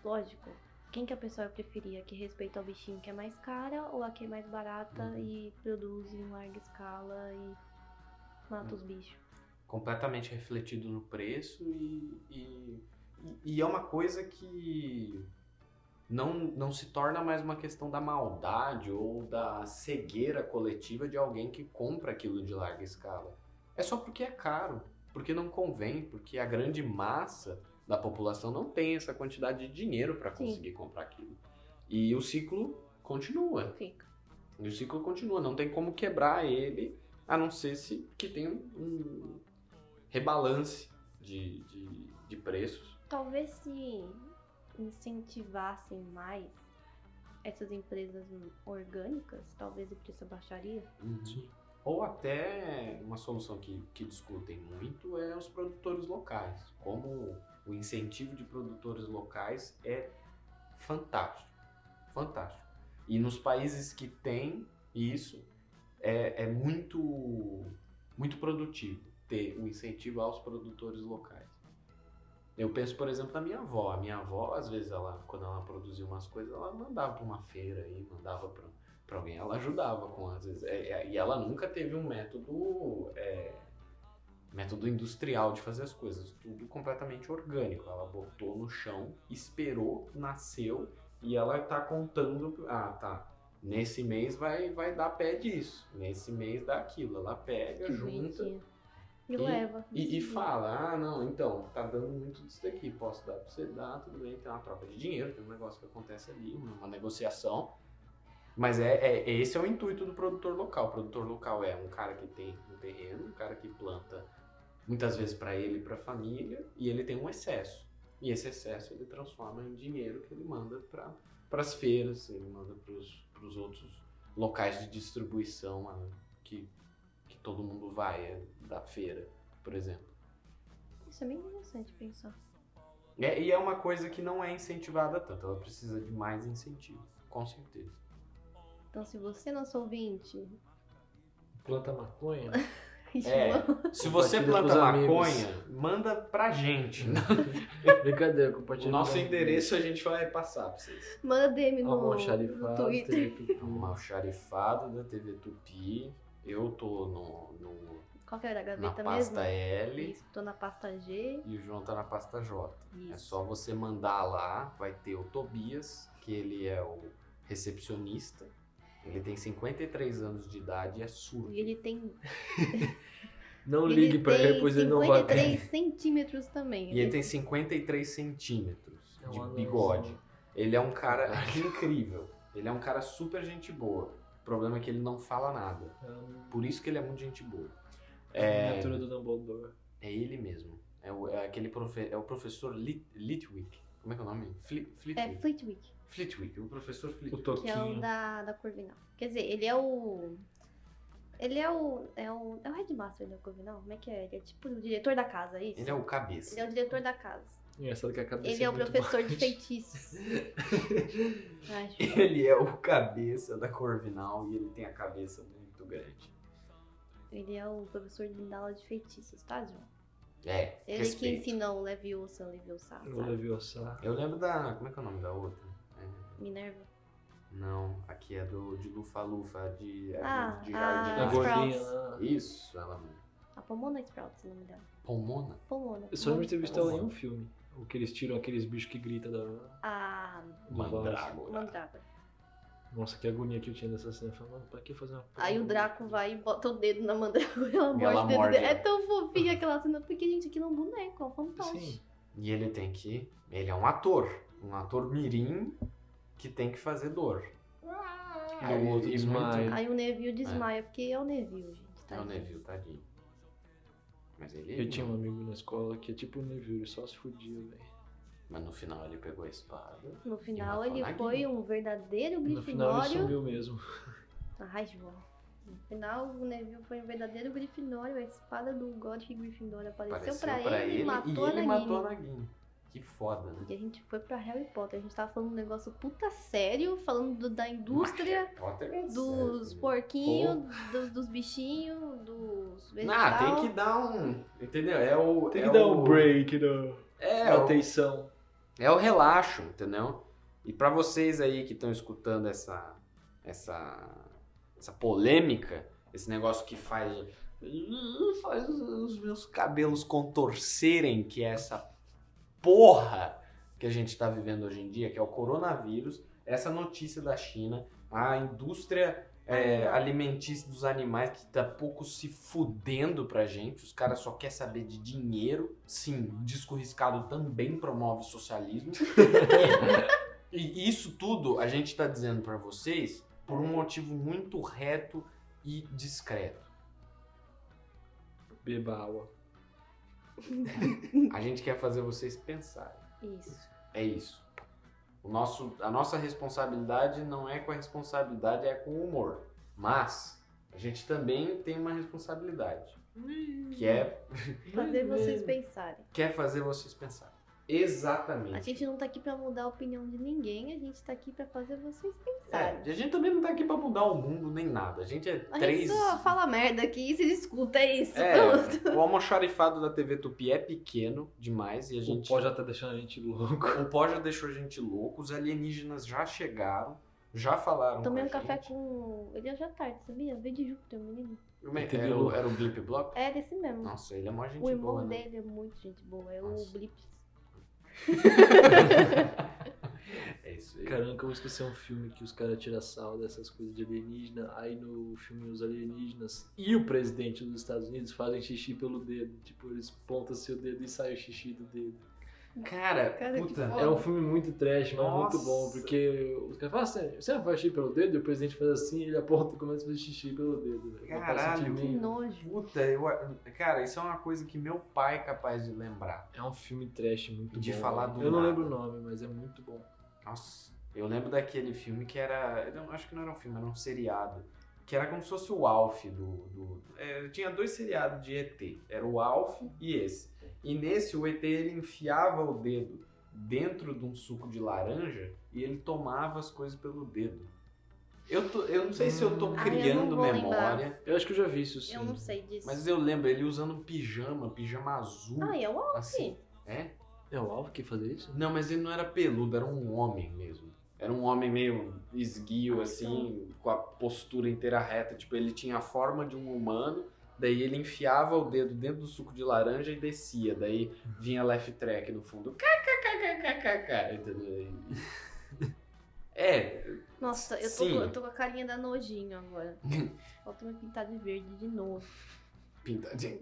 [SPEAKER 4] lógico. Quem que a pessoa preferia? A Que respeita ao bichinho que é mais cara ou a que é mais barata
[SPEAKER 3] Uhum.
[SPEAKER 4] e produz em larga escala e mata
[SPEAKER 3] Uhum.
[SPEAKER 4] os bichos?
[SPEAKER 3] completamente refletido no preço e, e, e é uma coisa que não, não se torna mais uma questão da maldade ou da cegueira coletiva de alguém que compra aquilo de larga escala. É só porque é caro, porque não convém, porque a grande massa da população não tem essa quantidade de dinheiro para
[SPEAKER 4] Sim.
[SPEAKER 3] conseguir comprar aquilo. E o ciclo continua.
[SPEAKER 4] Fica.
[SPEAKER 3] E o ciclo continua, não tem como quebrar ele, a não ser se que tem um, um rebalance de, de, de preços.
[SPEAKER 4] Talvez se incentivassem mais essas empresas orgânicas, talvez o preço abaixaria.
[SPEAKER 2] Sim.
[SPEAKER 3] Ou até uma solução que, que discutem muito é os produtores locais. Como o incentivo de produtores locais é fantástico. Fantástico. E nos países que tem isso, é, é muito, muito produtivo ter o incentivo aos produtores locais. Eu penso, por exemplo, na minha avó. A minha avó, às vezes, ela, quando ela produzia umas coisas, ela mandava para uma feira aí, mandava para para alguém, ela ajudava com às vezes. É, é, e ela nunca teve um método é, método industrial de fazer as coisas, tudo completamente orgânico. Ela botou no chão, esperou, nasceu e ela tá contando, ah, tá. Nesse mês vai vai dar pé disso. Nesse mês dá aquilo. Ela pega,
[SPEAKER 4] Que
[SPEAKER 3] junta
[SPEAKER 4] bonitinho. E, leva. é
[SPEAKER 3] e, e
[SPEAKER 4] Sim.
[SPEAKER 3] fala, ah, não, então, tá dando muito disso daqui, posso dar pra você dar, tudo bem, tem uma troca de dinheiro, tem um negócio que acontece ali, uma uma negociação. Mas é, é- esse é o intuito do produtor local. O produtor local é um cara que tem um terreno, um cara que planta muitas vezes para ele e para a família, e ele tem um excesso. E esse excesso ele transforma em dinheiro que ele manda para as feiras, ele manda para os outros locais de distribuição ah, que, que todo mundo vai, é, da feira, por exemplo.
[SPEAKER 4] Isso é bem interessante pensar.
[SPEAKER 3] É, e é uma coisa que não é incentivada tanto, ela precisa de mais incentivo, com certeza.
[SPEAKER 4] Então, se você, nosso ouvinte, [laughs]
[SPEAKER 2] Planta maconha? [laughs]
[SPEAKER 3] É.
[SPEAKER 4] estimula-
[SPEAKER 3] Se você planta
[SPEAKER 2] com os amigos.
[SPEAKER 3] maconha, manda pra gente.
[SPEAKER 2] Brincadeira,
[SPEAKER 3] O
[SPEAKER 2] compartilha.
[SPEAKER 3] nosso
[SPEAKER 2] com os
[SPEAKER 3] endereço a gente vai passar pra vocês.
[SPEAKER 4] [laughs] manda DM
[SPEAKER 2] amigos.
[SPEAKER 4] no,
[SPEAKER 2] Arroba
[SPEAKER 4] no
[SPEAKER 2] Xarifado,
[SPEAKER 4] Twitter.
[SPEAKER 2] TV Tupi.
[SPEAKER 3] Uma charifada da TV Tupi. Eu tô no, no-
[SPEAKER 4] Qual que era a
[SPEAKER 3] na
[SPEAKER 4] gaveta tá mesmo?
[SPEAKER 3] pasta L
[SPEAKER 4] Isso, tô na pasta G.
[SPEAKER 3] e o João tá na pasta J.
[SPEAKER 4] Isso.
[SPEAKER 3] É só você mandar lá, vai ter o Tobias, que ele é o recepcionista. Ele tem 53 anos de idade e é surdo.
[SPEAKER 4] E ele tem.
[SPEAKER 2] Não
[SPEAKER 4] ele
[SPEAKER 2] ligue pra
[SPEAKER 4] tem
[SPEAKER 2] ele, pois ele não vai ter.
[SPEAKER 4] 53 centímetros também.
[SPEAKER 3] E ele tem 53 centímetros
[SPEAKER 2] É um
[SPEAKER 3] de
[SPEAKER 2] anãozinho.
[SPEAKER 3] bigode. Ele é um cara [laughs] incrível. Ele é um cara super gente boa. O problema é que ele não fala nada. Por isso que ele é muito gente boa.
[SPEAKER 2] É. Miniatura do Dumbledore.
[SPEAKER 3] É ele mesmo. É o, é aquele profe, é o professor Lit, Litwick. Como é que é o nome? Fli,
[SPEAKER 4] É
[SPEAKER 3] Flitwick.
[SPEAKER 4] Fleetwick,
[SPEAKER 3] Flitwick, o professor
[SPEAKER 2] O
[SPEAKER 3] Flitwick.
[SPEAKER 4] que é o
[SPEAKER 2] Toquinho.
[SPEAKER 4] da, da Corvinal. Quer dizer, ele é o. Ele é o. É o, é o headmaster da Corvinal? Como é que é? Ele é tipo o diretor da casa, é isso?
[SPEAKER 3] Ele é o cabeça.
[SPEAKER 4] Ele é o diretor da casa.
[SPEAKER 2] Engraçado que a cabeça
[SPEAKER 4] Ele é o
[SPEAKER 2] muito
[SPEAKER 4] professor de
[SPEAKER 2] baixa.
[SPEAKER 3] [laughs]
[SPEAKER 4] feitiços. Acho.
[SPEAKER 3] Ele é o cabeça da Corvinal e ele tem a cabeça muito grande.
[SPEAKER 4] Ele é o professor de aula de feitiços, tá, João?
[SPEAKER 3] É,
[SPEAKER 4] Ele
[SPEAKER 3] respeito.
[SPEAKER 4] que ensinou o Leviosa, o Leviosa,
[SPEAKER 2] O
[SPEAKER 4] sabe?
[SPEAKER 2] Leviosa.
[SPEAKER 3] Eu lembro da... Como é que é o nome da outra? É,
[SPEAKER 4] Minerva.
[SPEAKER 3] Não, aqui é do de Lufa-Lufa, de, é do-
[SPEAKER 4] Ah,
[SPEAKER 3] de
[SPEAKER 2] A
[SPEAKER 4] Ah,
[SPEAKER 3] jardinagem.
[SPEAKER 2] gordinha né?
[SPEAKER 4] Sprouts.
[SPEAKER 2] lá.
[SPEAKER 3] Isso, ela.
[SPEAKER 4] A Pomona Sprouts, é o nome dela.
[SPEAKER 3] Pomona?
[SPEAKER 4] Pomona.
[SPEAKER 2] Eu só lembro de ter visto ela em
[SPEAKER 4] Pomona.
[SPEAKER 2] um filme. O que eles tiram aqueles bichos que gritam da.
[SPEAKER 4] A
[SPEAKER 2] do vaso.
[SPEAKER 3] Mandrágora.
[SPEAKER 4] Mandrágora.
[SPEAKER 2] Nossa, que agonia que eu tinha dessa cena. Eu falei, mano, pra que fazer uma.
[SPEAKER 4] Aí o Draco vai e bota o dedo na Mandrágora [laughs] e ela
[SPEAKER 3] E ela
[SPEAKER 4] morde o dedo
[SPEAKER 3] morde
[SPEAKER 4] dela. É
[SPEAKER 3] ela.
[SPEAKER 4] tão fofinha aquela cena, porque, gente, aquilo é um boneco, é um fantoche.
[SPEAKER 2] Sim.
[SPEAKER 3] E ele tem que. Ele é um ator. Um ator mirim que tem que fazer dor.
[SPEAKER 2] E Ah, o outro
[SPEAKER 3] e
[SPEAKER 2] desmaia.
[SPEAKER 3] muito-
[SPEAKER 4] Aí o Neville desmaia, porque é o Neville, gente.
[SPEAKER 3] um É o
[SPEAKER 4] Tadinho.
[SPEAKER 3] Neville, tadinho. Mas ele. é
[SPEAKER 2] Eu tinha um amigo na escola que é tipo o Neville, ele só se fudia, velho.
[SPEAKER 3] Mas no final ele pegou a espada.
[SPEAKER 4] No final,
[SPEAKER 3] E uma
[SPEAKER 4] ele
[SPEAKER 3] falaguinha.
[SPEAKER 4] foi um verdadeiro
[SPEAKER 2] No final ele
[SPEAKER 4] grifinório. Ah,
[SPEAKER 2] sumiu mesmo.
[SPEAKER 4] Ai, João. No final, o Neville foi um verdadeiro grifinório. A espada do Godric Gryffindor apareceu,
[SPEAKER 3] Apareceu
[SPEAKER 4] pra, ele, e matou
[SPEAKER 3] e ele
[SPEAKER 4] a
[SPEAKER 3] matou a
[SPEAKER 4] Nagini.
[SPEAKER 3] Nagini. Que foda, né?
[SPEAKER 4] E a gente foi pra Harry Potter. A gente tava falando um negócio puta sério, falando do- da indústria,
[SPEAKER 3] Harry Potter é
[SPEAKER 4] dos
[SPEAKER 3] sério.
[SPEAKER 4] porquinhos, dos, dos bichinhos, dos
[SPEAKER 3] Ah,
[SPEAKER 4] vegetal.
[SPEAKER 3] tem que dar um. Entendeu? É
[SPEAKER 2] [laughs]
[SPEAKER 3] o.
[SPEAKER 2] Tem
[SPEAKER 3] é
[SPEAKER 2] que dar
[SPEAKER 3] o,
[SPEAKER 2] um break da
[SPEAKER 3] É,
[SPEAKER 2] da
[SPEAKER 3] o,
[SPEAKER 2] atenção.
[SPEAKER 3] é o relaxo, entendeu? E pra vocês aí que estão escutando essa, essa, essa polêmica, esse negócio que faz, faz os meus cabelos contorcerem, que é essa porra que a gente tá vivendo hoje em dia, que é o coronavírus, essa notícia da China, a indústria é, alimentícia dos animais que tá pouco se fudendo pra gente, os caras só querem saber de dinheiro. Sim, o disco riscado também promove socialismo. e isso tudo a gente tá dizendo pra vocês por um motivo muito reto e discreto.
[SPEAKER 2] Beba água.
[SPEAKER 3] A gente quer fazer vocês pensarem.
[SPEAKER 4] Isso.
[SPEAKER 3] É isso. O nosso, a nossa responsabilidade não é com a responsabilidade, é com o humor. Mas a gente também tem uma responsabilidade, que é,
[SPEAKER 4] Fazer vocês pensarem.
[SPEAKER 3] que é fazer vocês pensarem. Exatamente.
[SPEAKER 4] A gente não tá aqui pra mudar a opinião de ninguém, a gente tá aqui pra fazer vocês pensarem.
[SPEAKER 3] É, a gente também não tá aqui pra mudar o mundo nem nada. A gente é
[SPEAKER 4] A
[SPEAKER 3] três.
[SPEAKER 4] gente só fala merda aqui e se escuta é isso. [laughs]
[SPEAKER 3] É, o almoxarifado da TV Tupi é pequeno demais e a
[SPEAKER 2] O
[SPEAKER 3] gente.
[SPEAKER 2] pó já tá deixando a gente louco.
[SPEAKER 3] o pó já deixou a gente louco, os alienígenas já chegaram, já falaram.
[SPEAKER 4] Tomei
[SPEAKER 3] com
[SPEAKER 4] um
[SPEAKER 3] a
[SPEAKER 4] café
[SPEAKER 3] gente.
[SPEAKER 4] com. Ele hoje à tarde, sabia? Veio de Júpiter, menino.
[SPEAKER 3] Como é que
[SPEAKER 2] Entendeu?
[SPEAKER 3] Era, o- era o Blip Block?
[SPEAKER 4] É desse mesmo.
[SPEAKER 3] Nossa, ele é mó gente
[SPEAKER 4] o irmão
[SPEAKER 3] boa, né?
[SPEAKER 4] dele é muito gente boa, é o
[SPEAKER 3] Nossa.
[SPEAKER 4] Blips.
[SPEAKER 3] É isso aí.
[SPEAKER 2] Caramba, que eu vou esquecer um filme que os caras tiram sal dessas coisas de alienígena. Aí no filme Os Alienígenas e o presidente dos Estados Unidos fazem xixi pelo dedo. Tipo, eles pontam seu dedo e sai o xixi do dedo.
[SPEAKER 3] Cara,
[SPEAKER 4] Cara, que
[SPEAKER 3] puta.
[SPEAKER 4] foda.
[SPEAKER 2] É um filme muito trash, mas
[SPEAKER 3] Nossa.
[SPEAKER 2] muito bom, porque os caras falam assim, você faz xixi pelo dedo? E o presidente faz assim, ele aponta e começa a fazer xixi pelo dedo. velho. Não faz
[SPEAKER 3] Caralho.
[SPEAKER 2] sentido
[SPEAKER 4] Que
[SPEAKER 2] nenhum.
[SPEAKER 4] nojo.
[SPEAKER 3] Puta, eu, cara, isso é uma coisa que meu pai é capaz de lembrar.
[SPEAKER 2] É um filme trash muito
[SPEAKER 3] De
[SPEAKER 2] bom.
[SPEAKER 3] falar do
[SPEAKER 2] Eu não
[SPEAKER 3] nada.
[SPEAKER 2] lembro o nome, mas é muito bom.
[SPEAKER 3] Nossa, eu lembro daquele filme que era. eu Não, acho que não era um filme, era um seriado. Que era como se fosse o Alf do. do- é, tinha dois seriados de ET. Era o Alf e esse. E nesse, o ET ele enfiava o dedo dentro de um suco de laranja e ele tomava as coisas pelo dedo. Eu, tô- eu não sei se eu tô
[SPEAKER 2] Hum.
[SPEAKER 4] Ah, eu
[SPEAKER 3] criando
[SPEAKER 4] não vou
[SPEAKER 3] memória.
[SPEAKER 4] lembrar.
[SPEAKER 2] Eu acho que eu já vi isso, sim.
[SPEAKER 4] Eu não sei disso.
[SPEAKER 3] Mas eu lembro ele usando um pijama, pijama azul.
[SPEAKER 4] Ah, é o Alf.
[SPEAKER 3] assim. É?
[SPEAKER 2] É o Alvo que fazia isso?
[SPEAKER 3] Não, mas ele não era peludo, era um homem mesmo. Era um homem meio esguio,
[SPEAKER 2] Ah,
[SPEAKER 3] assim,
[SPEAKER 2] então.
[SPEAKER 3] com a postura inteira reta. Tipo, ele tinha a forma de um humano, daí ele enfiava o dedo dentro do suco de laranja e descia. Daí vinha left track no fundo. Kkkkkk, entendeu?
[SPEAKER 2] [laughs]
[SPEAKER 3] E- É,
[SPEAKER 4] Nossa, eu tô,
[SPEAKER 3] Sim.
[SPEAKER 4] eu tô com a carinha da nojinho agora. Falta me pintar de verde de novo.
[SPEAKER 3] pintadinho.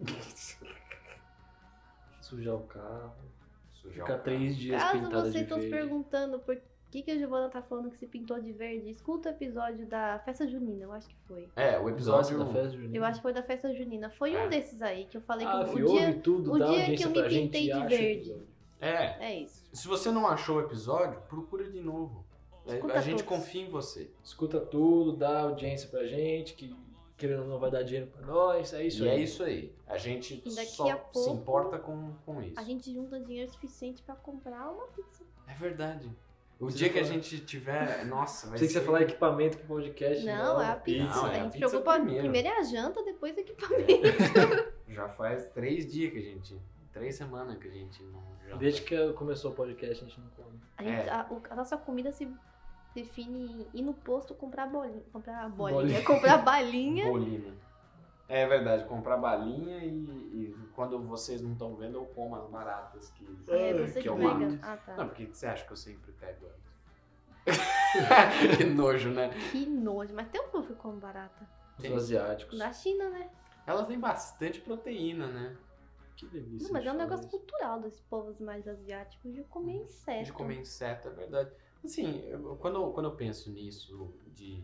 [SPEAKER 2] Sujar o carro.
[SPEAKER 3] [laughs] Sujar o
[SPEAKER 2] Ficar
[SPEAKER 3] carro.
[SPEAKER 2] três dias
[SPEAKER 4] Caso
[SPEAKER 2] pintada
[SPEAKER 4] vocês
[SPEAKER 2] de
[SPEAKER 4] estão se
[SPEAKER 2] verde.
[SPEAKER 4] perguntando por que, que a Giovana tá falando que se pintou de verde, escuta o episódio da Festa Junina, eu acho que foi.
[SPEAKER 3] É, o
[SPEAKER 2] Nossa,
[SPEAKER 3] episódio.
[SPEAKER 2] da festa junina.
[SPEAKER 4] Eu acho que foi da Festa Junina. Foi
[SPEAKER 3] É.
[SPEAKER 4] um desses aí que eu falei
[SPEAKER 2] Hum. ah,
[SPEAKER 4] que
[SPEAKER 2] fi,
[SPEAKER 4] o dia.
[SPEAKER 2] ouve tudo,
[SPEAKER 4] o
[SPEAKER 2] dá
[SPEAKER 4] dia que
[SPEAKER 2] audiência
[SPEAKER 4] eu me
[SPEAKER 2] pra gente
[SPEAKER 4] pintei
[SPEAKER 2] e
[SPEAKER 4] de
[SPEAKER 2] acha o
[SPEAKER 4] verde.
[SPEAKER 2] episódio.
[SPEAKER 3] É.
[SPEAKER 4] É isso.
[SPEAKER 3] Se você não achou o episódio, procura de novo. A-
[SPEAKER 4] Escuta
[SPEAKER 3] a gente
[SPEAKER 4] todos.
[SPEAKER 3] confia em você.
[SPEAKER 2] Escuta tudo, dá audiência pra gente, que querendo ou não vai dar dinheiro pra nós, é isso
[SPEAKER 3] e
[SPEAKER 2] aí.
[SPEAKER 3] é isso aí. A gente
[SPEAKER 4] E daqui
[SPEAKER 3] só
[SPEAKER 4] a
[SPEAKER 3] se
[SPEAKER 4] pouco,
[SPEAKER 3] importa com, com isso.
[SPEAKER 4] A gente junta dinheiro suficiente pra comprar uma pizza.
[SPEAKER 3] É verdade. O
[SPEAKER 2] Você
[SPEAKER 3] dia
[SPEAKER 2] vai
[SPEAKER 3] que a
[SPEAKER 2] falar.
[SPEAKER 3] gente tiver. Nossa, vai
[SPEAKER 2] Pensei que você ia
[SPEAKER 3] ser.
[SPEAKER 2] falar equipamento pro podcast.
[SPEAKER 4] Não, é a pizza.
[SPEAKER 3] Não, é
[SPEAKER 4] a
[SPEAKER 3] a
[SPEAKER 4] gente
[SPEAKER 3] pizza
[SPEAKER 4] preocupa
[SPEAKER 3] primeiro. É.
[SPEAKER 4] primeiro é a janta, depois o equipamento.
[SPEAKER 3] [laughs] Já faz três dias que a gente. Três semanas que a gente não. janta.
[SPEAKER 2] Desde que começou o podcast, a gente não come.
[SPEAKER 4] [laughs] A, gente-
[SPEAKER 3] É.
[SPEAKER 4] a- o- a nossa comida se define em ir no posto comprar bolinha. Comprar bolinha.
[SPEAKER 2] Bolinha.
[SPEAKER 4] Comprar balinha.
[SPEAKER 3] Bolina. É verdade, comprar balinha e, e quando vocês não estão vendo, eu como as baratas que.
[SPEAKER 4] É, você
[SPEAKER 3] que
[SPEAKER 4] que
[SPEAKER 3] eu
[SPEAKER 4] pega.
[SPEAKER 3] mato.
[SPEAKER 4] Ah, tá.
[SPEAKER 3] Não, porque você acha que eu sempre pego elas? [laughs] que nojo, né?
[SPEAKER 4] Que nojo. Mas tem um povo que come barata.
[SPEAKER 2] Os
[SPEAKER 3] Tem.
[SPEAKER 2] asiáticos.
[SPEAKER 4] Na China, né?
[SPEAKER 3] Ela tem bastante proteína, né?
[SPEAKER 2] Que delícia.
[SPEAKER 4] Não, mas
[SPEAKER 2] de
[SPEAKER 4] é um
[SPEAKER 2] falar
[SPEAKER 4] negócio
[SPEAKER 2] isso.
[SPEAKER 4] cultural dos povos mais asiáticos de comer inseto.
[SPEAKER 3] Uhum. De comer inseto, é verdade. Assim, eu- quando, eu- quando eu penso nisso, de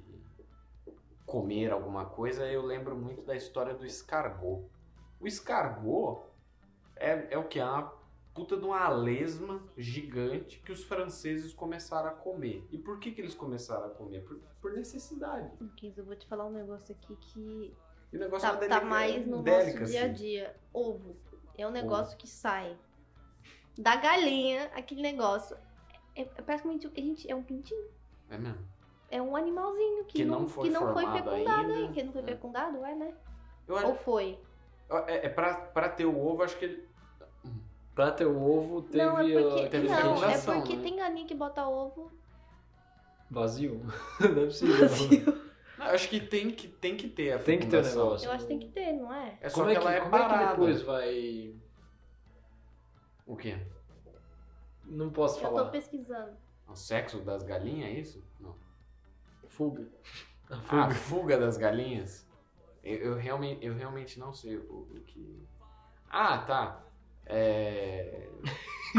[SPEAKER 3] comer alguma coisa, eu lembro muito da história do escargot. O escargot é, é o que? É uma puta de uma lesma gigante que os franceses começaram a comer. E por que, que eles começaram a comer? Por, por necessidade.
[SPEAKER 4] Kings, eu vou te falar um negócio aqui que
[SPEAKER 3] E o negócio
[SPEAKER 4] tá,
[SPEAKER 3] é assim. uma
[SPEAKER 4] tá
[SPEAKER 3] delica-
[SPEAKER 4] mais no nosso
[SPEAKER 3] delicacy.
[SPEAKER 4] dia a dia. Ovo. É um negócio que sai da galinha, aquele negócio. É, é praticamente, a gente, é um pintinho.
[SPEAKER 3] É mesmo.
[SPEAKER 4] É um animalzinho que,
[SPEAKER 3] Que não foi
[SPEAKER 4] que não foi
[SPEAKER 3] formado
[SPEAKER 4] fecundado,
[SPEAKER 3] ainda.
[SPEAKER 4] hein? Que não foi
[SPEAKER 3] É.
[SPEAKER 4] fecundado, é, né?
[SPEAKER 3] Eu acho-
[SPEAKER 4] Ou foi?
[SPEAKER 3] é, é pra, pra ter o ovo, acho que ele.
[SPEAKER 2] Pra ter o ovo, teve,
[SPEAKER 4] não, é
[SPEAKER 2] ó,
[SPEAKER 4] porque.
[SPEAKER 3] teve
[SPEAKER 4] não, é
[SPEAKER 3] fecundação,
[SPEAKER 4] porque
[SPEAKER 3] né?
[SPEAKER 4] tem galinha que bota ovo.
[SPEAKER 2] vazio. [laughs] Não é possível.
[SPEAKER 3] Não, acho que tem que, tem que ter a
[SPEAKER 2] Tem que ter o
[SPEAKER 3] fecundação.
[SPEAKER 2] negócio.
[SPEAKER 4] Eu acho que tem que ter, não é?
[SPEAKER 3] É só
[SPEAKER 2] Como
[SPEAKER 3] que,
[SPEAKER 2] é que,
[SPEAKER 3] ela é
[SPEAKER 2] como é
[SPEAKER 3] parada.
[SPEAKER 2] que depois vai...
[SPEAKER 3] O quê?
[SPEAKER 2] Não posso
[SPEAKER 4] Eu tô
[SPEAKER 2] falar.
[SPEAKER 4] pesquisando.
[SPEAKER 3] O sexo das galinhas, é isso? Não.
[SPEAKER 2] Fuga. A
[SPEAKER 3] Ah,
[SPEAKER 2] fuga.
[SPEAKER 3] A fuga das galinhas? Eu, eu realmente, eu realmente não sei o, o que. Ah, tá. É.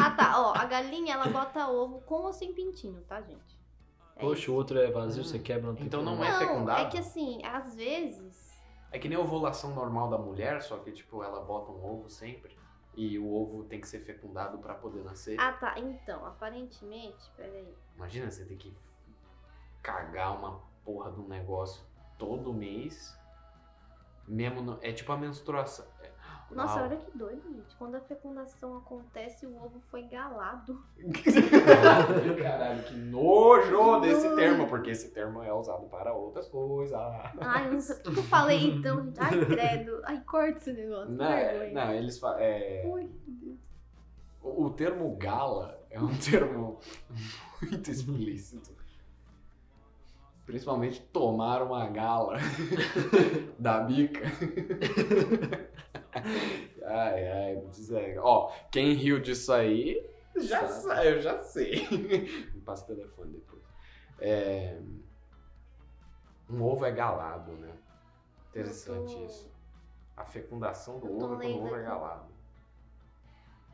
[SPEAKER 4] Ah, tá. Ó, a galinha, ela bota ovo com ou sem pintinho, tá, gente? É
[SPEAKER 2] Poxa, o
[SPEAKER 4] isso. Ah.
[SPEAKER 2] outro é vazio, você quebra, não tem
[SPEAKER 3] Então não
[SPEAKER 2] problema.
[SPEAKER 3] é
[SPEAKER 4] Não,
[SPEAKER 3] fecundado?
[SPEAKER 4] é que assim, às vezes.
[SPEAKER 3] É que nem a ovulação normal da mulher, só que, tipo, ela bota um ovo sempre. E o ovo tem que ser fecundado pra poder nascer.
[SPEAKER 4] Ah, tá. Então, aparentemente, peraí.
[SPEAKER 3] Imagina, você tem que cagar uma porra de um negócio todo mês. Mesmo no- É tipo a menstruação. É-
[SPEAKER 4] Nossa,
[SPEAKER 3] Uau.
[SPEAKER 4] olha que doido, gente. Quando a fecundação acontece, o ovo foi galado.
[SPEAKER 3] Caralho, que nojo desse
[SPEAKER 4] Não.
[SPEAKER 3] termo, porque esse termo é usado para outras coisas.
[SPEAKER 4] Ai, eu não sei o que que eu falei então,
[SPEAKER 3] [laughs]
[SPEAKER 4] gente. Ai, credo. Ai, corta esse negócio.
[SPEAKER 3] Não,
[SPEAKER 4] que
[SPEAKER 3] é-
[SPEAKER 4] vergonha.
[SPEAKER 3] não, eles é, falam.
[SPEAKER 4] Ui, meu Deus.
[SPEAKER 3] o o termo gala é um [laughs] termo muito explícito. Principalmente tomar uma gala [laughs] da bica. [laughs] ai, ai, dizer. Ó, quem riu disso aí. Já sei, eu já sei. [laughs] Me passa o telefone depois. É, Um ovo é galado, né? Interessante
[SPEAKER 4] Eu tô-
[SPEAKER 3] isso. A fecundação do
[SPEAKER 4] Eu tô
[SPEAKER 3] ovo quando o ovo
[SPEAKER 4] lendo
[SPEAKER 3] é
[SPEAKER 4] aqui.
[SPEAKER 3] galado.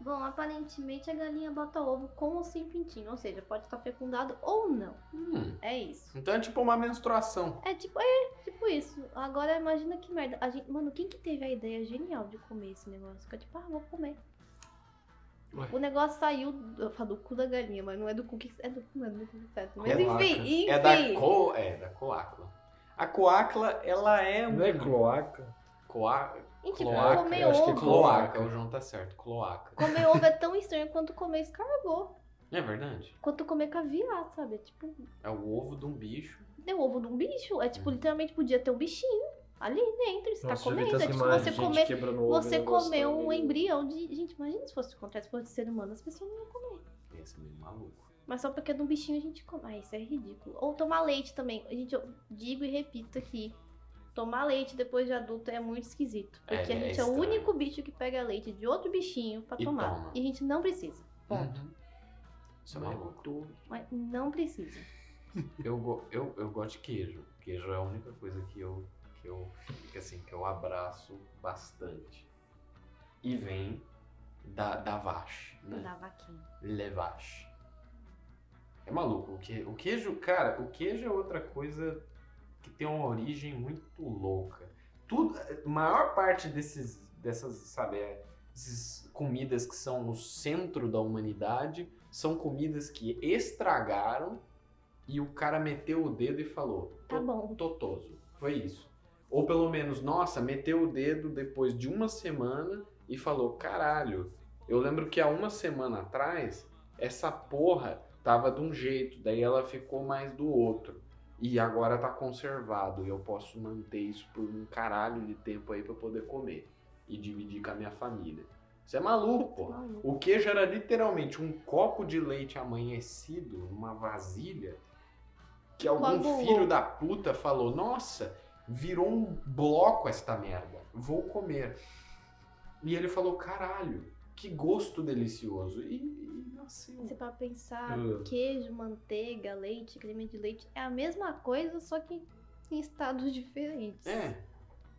[SPEAKER 4] Bom, aparentemente a galinha bota ovo com ou sem pintinho. Ou seja, pode estar fecundado ou não.
[SPEAKER 3] Hum.
[SPEAKER 4] É isso.
[SPEAKER 3] Então é tipo uma menstruação.
[SPEAKER 4] É tipo, é tipo isso. Agora imagina que merda. A gente, mano, quem que teve a ideia genial de comer esse negócio? Fica tipo, ah, vou comer.
[SPEAKER 2] Ué.
[SPEAKER 4] O negócio saiu do, eu falo do cu da galinha, mas não é do cu que é do cu, não é do cu que certo. Mas
[SPEAKER 3] É
[SPEAKER 4] enfim,
[SPEAKER 3] vaca.
[SPEAKER 4] enfim.
[SPEAKER 3] É da co... É, da coácula. A coácula, ela é...
[SPEAKER 2] Não é cloaca?
[SPEAKER 3] Coa...
[SPEAKER 4] Gente,
[SPEAKER 3] cloaca,
[SPEAKER 4] comer
[SPEAKER 2] eu acho que é
[SPEAKER 4] ovo.
[SPEAKER 3] Cloaca, o João tá certo. Cloaca.
[SPEAKER 4] Comer ovo é tão estranho quanto comer escargot.
[SPEAKER 3] É verdade.
[SPEAKER 4] Quanto comer caviar, sabe? É tipo,
[SPEAKER 3] É o ovo de um bicho.
[SPEAKER 4] deu ovo de um bicho. É tipo, literalmente podia ter um bichinho ali dentro. Você
[SPEAKER 2] Hum. Nossa,
[SPEAKER 4] tá comendo.
[SPEAKER 2] eu vi
[SPEAKER 4] É
[SPEAKER 2] tantas
[SPEAKER 4] tipo,
[SPEAKER 2] imagens
[SPEAKER 4] você
[SPEAKER 2] de gente
[SPEAKER 4] comer
[SPEAKER 2] quebrando ovo e
[SPEAKER 4] Você
[SPEAKER 2] negócio
[SPEAKER 4] comeu um
[SPEAKER 2] também.
[SPEAKER 4] embrião de. Gente, imagina se fosse acontece se fosse ser humano, as pessoas não iam comer.
[SPEAKER 3] Esse é meio maluco.
[SPEAKER 4] Mas só porque é de um bichinho a gente come. Ah, isso é ridículo. Ou tomar leite também. Gente, eu digo e repito aqui. Tomar leite depois de adulto é muito esquisito.
[SPEAKER 3] É,
[SPEAKER 4] Porque a
[SPEAKER 3] é
[SPEAKER 4] gente é, o
[SPEAKER 3] estranho.
[SPEAKER 4] único bicho que pega leite de outro bichinho pra
[SPEAKER 3] E
[SPEAKER 4] tomar.
[SPEAKER 3] toma.
[SPEAKER 4] E a gente não precisa. Ponto.
[SPEAKER 3] Uhum. Isso é maluco.
[SPEAKER 4] Mas não precisa.
[SPEAKER 3] Eu, go- eu, eu gosto de queijo. Queijo é a única coisa que eu, que eu que, assim, que eu abraço bastante. E vem da, da vache, né?
[SPEAKER 4] Não dá vaquinha.
[SPEAKER 3] Levache. É maluco. O, que, o queijo, cara, o queijo é outra coisa que tem uma origem muito louca. Tudo, a maior parte desses, dessas, sabe, é, essas comidas que são o centro da humanidade são comidas que estragaram e o cara meteu o dedo e falou:
[SPEAKER 4] Tá bom.
[SPEAKER 3] Totoso. Foi isso. Ou pelo menos, nossa, meteu o dedo depois de uma semana e falou: caralho, eu lembro que há uma semana atrás essa porra tava de um jeito, daí ela ficou mais do outro. E agora tá conservado e eu posso manter isso por um caralho de tempo aí pra poder comer e dividir com a minha família. Isso é maluco, porra.
[SPEAKER 4] Maluco.
[SPEAKER 3] O queijo era literalmente um copo de leite amanhecido numa vasilha que algum
[SPEAKER 4] Coagulou.
[SPEAKER 3] filho da puta falou: Nossa, virou um bloco esta merda, vou comer. E ele falou: Caralho, que gosto delicioso. E, e nasceu.
[SPEAKER 4] Se pra pensar,
[SPEAKER 2] Uh.
[SPEAKER 3] Ah.
[SPEAKER 4] queijo, manteiga, leite, creme de leite é a mesma coisa, só que em estados [laughs] diferentes.
[SPEAKER 3] É.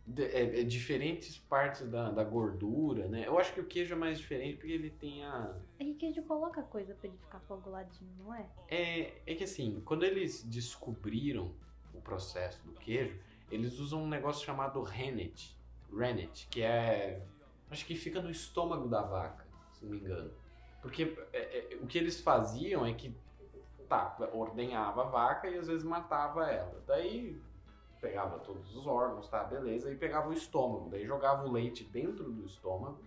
[SPEAKER 3] De- é- é diferentes partes da, da gordura, né? Eu acho que o queijo é mais diferente porque ele tem a.
[SPEAKER 4] É que queijo coloca coisa pra ele ficar coaguladinho, não é?
[SPEAKER 3] É, é que assim, quando eles descobriram o processo do queijo, Eles usam um negócio chamado rennet, rennet, que é acho que fica no estômago da vaca, se não me engano. Porque é, é, o que eles faziam é que tá, ordenhava a vaca e às vezes matava ela. Daí pegava todos os órgãos, tá, beleza, e pegava o estômago, daí jogava o leite dentro do estômago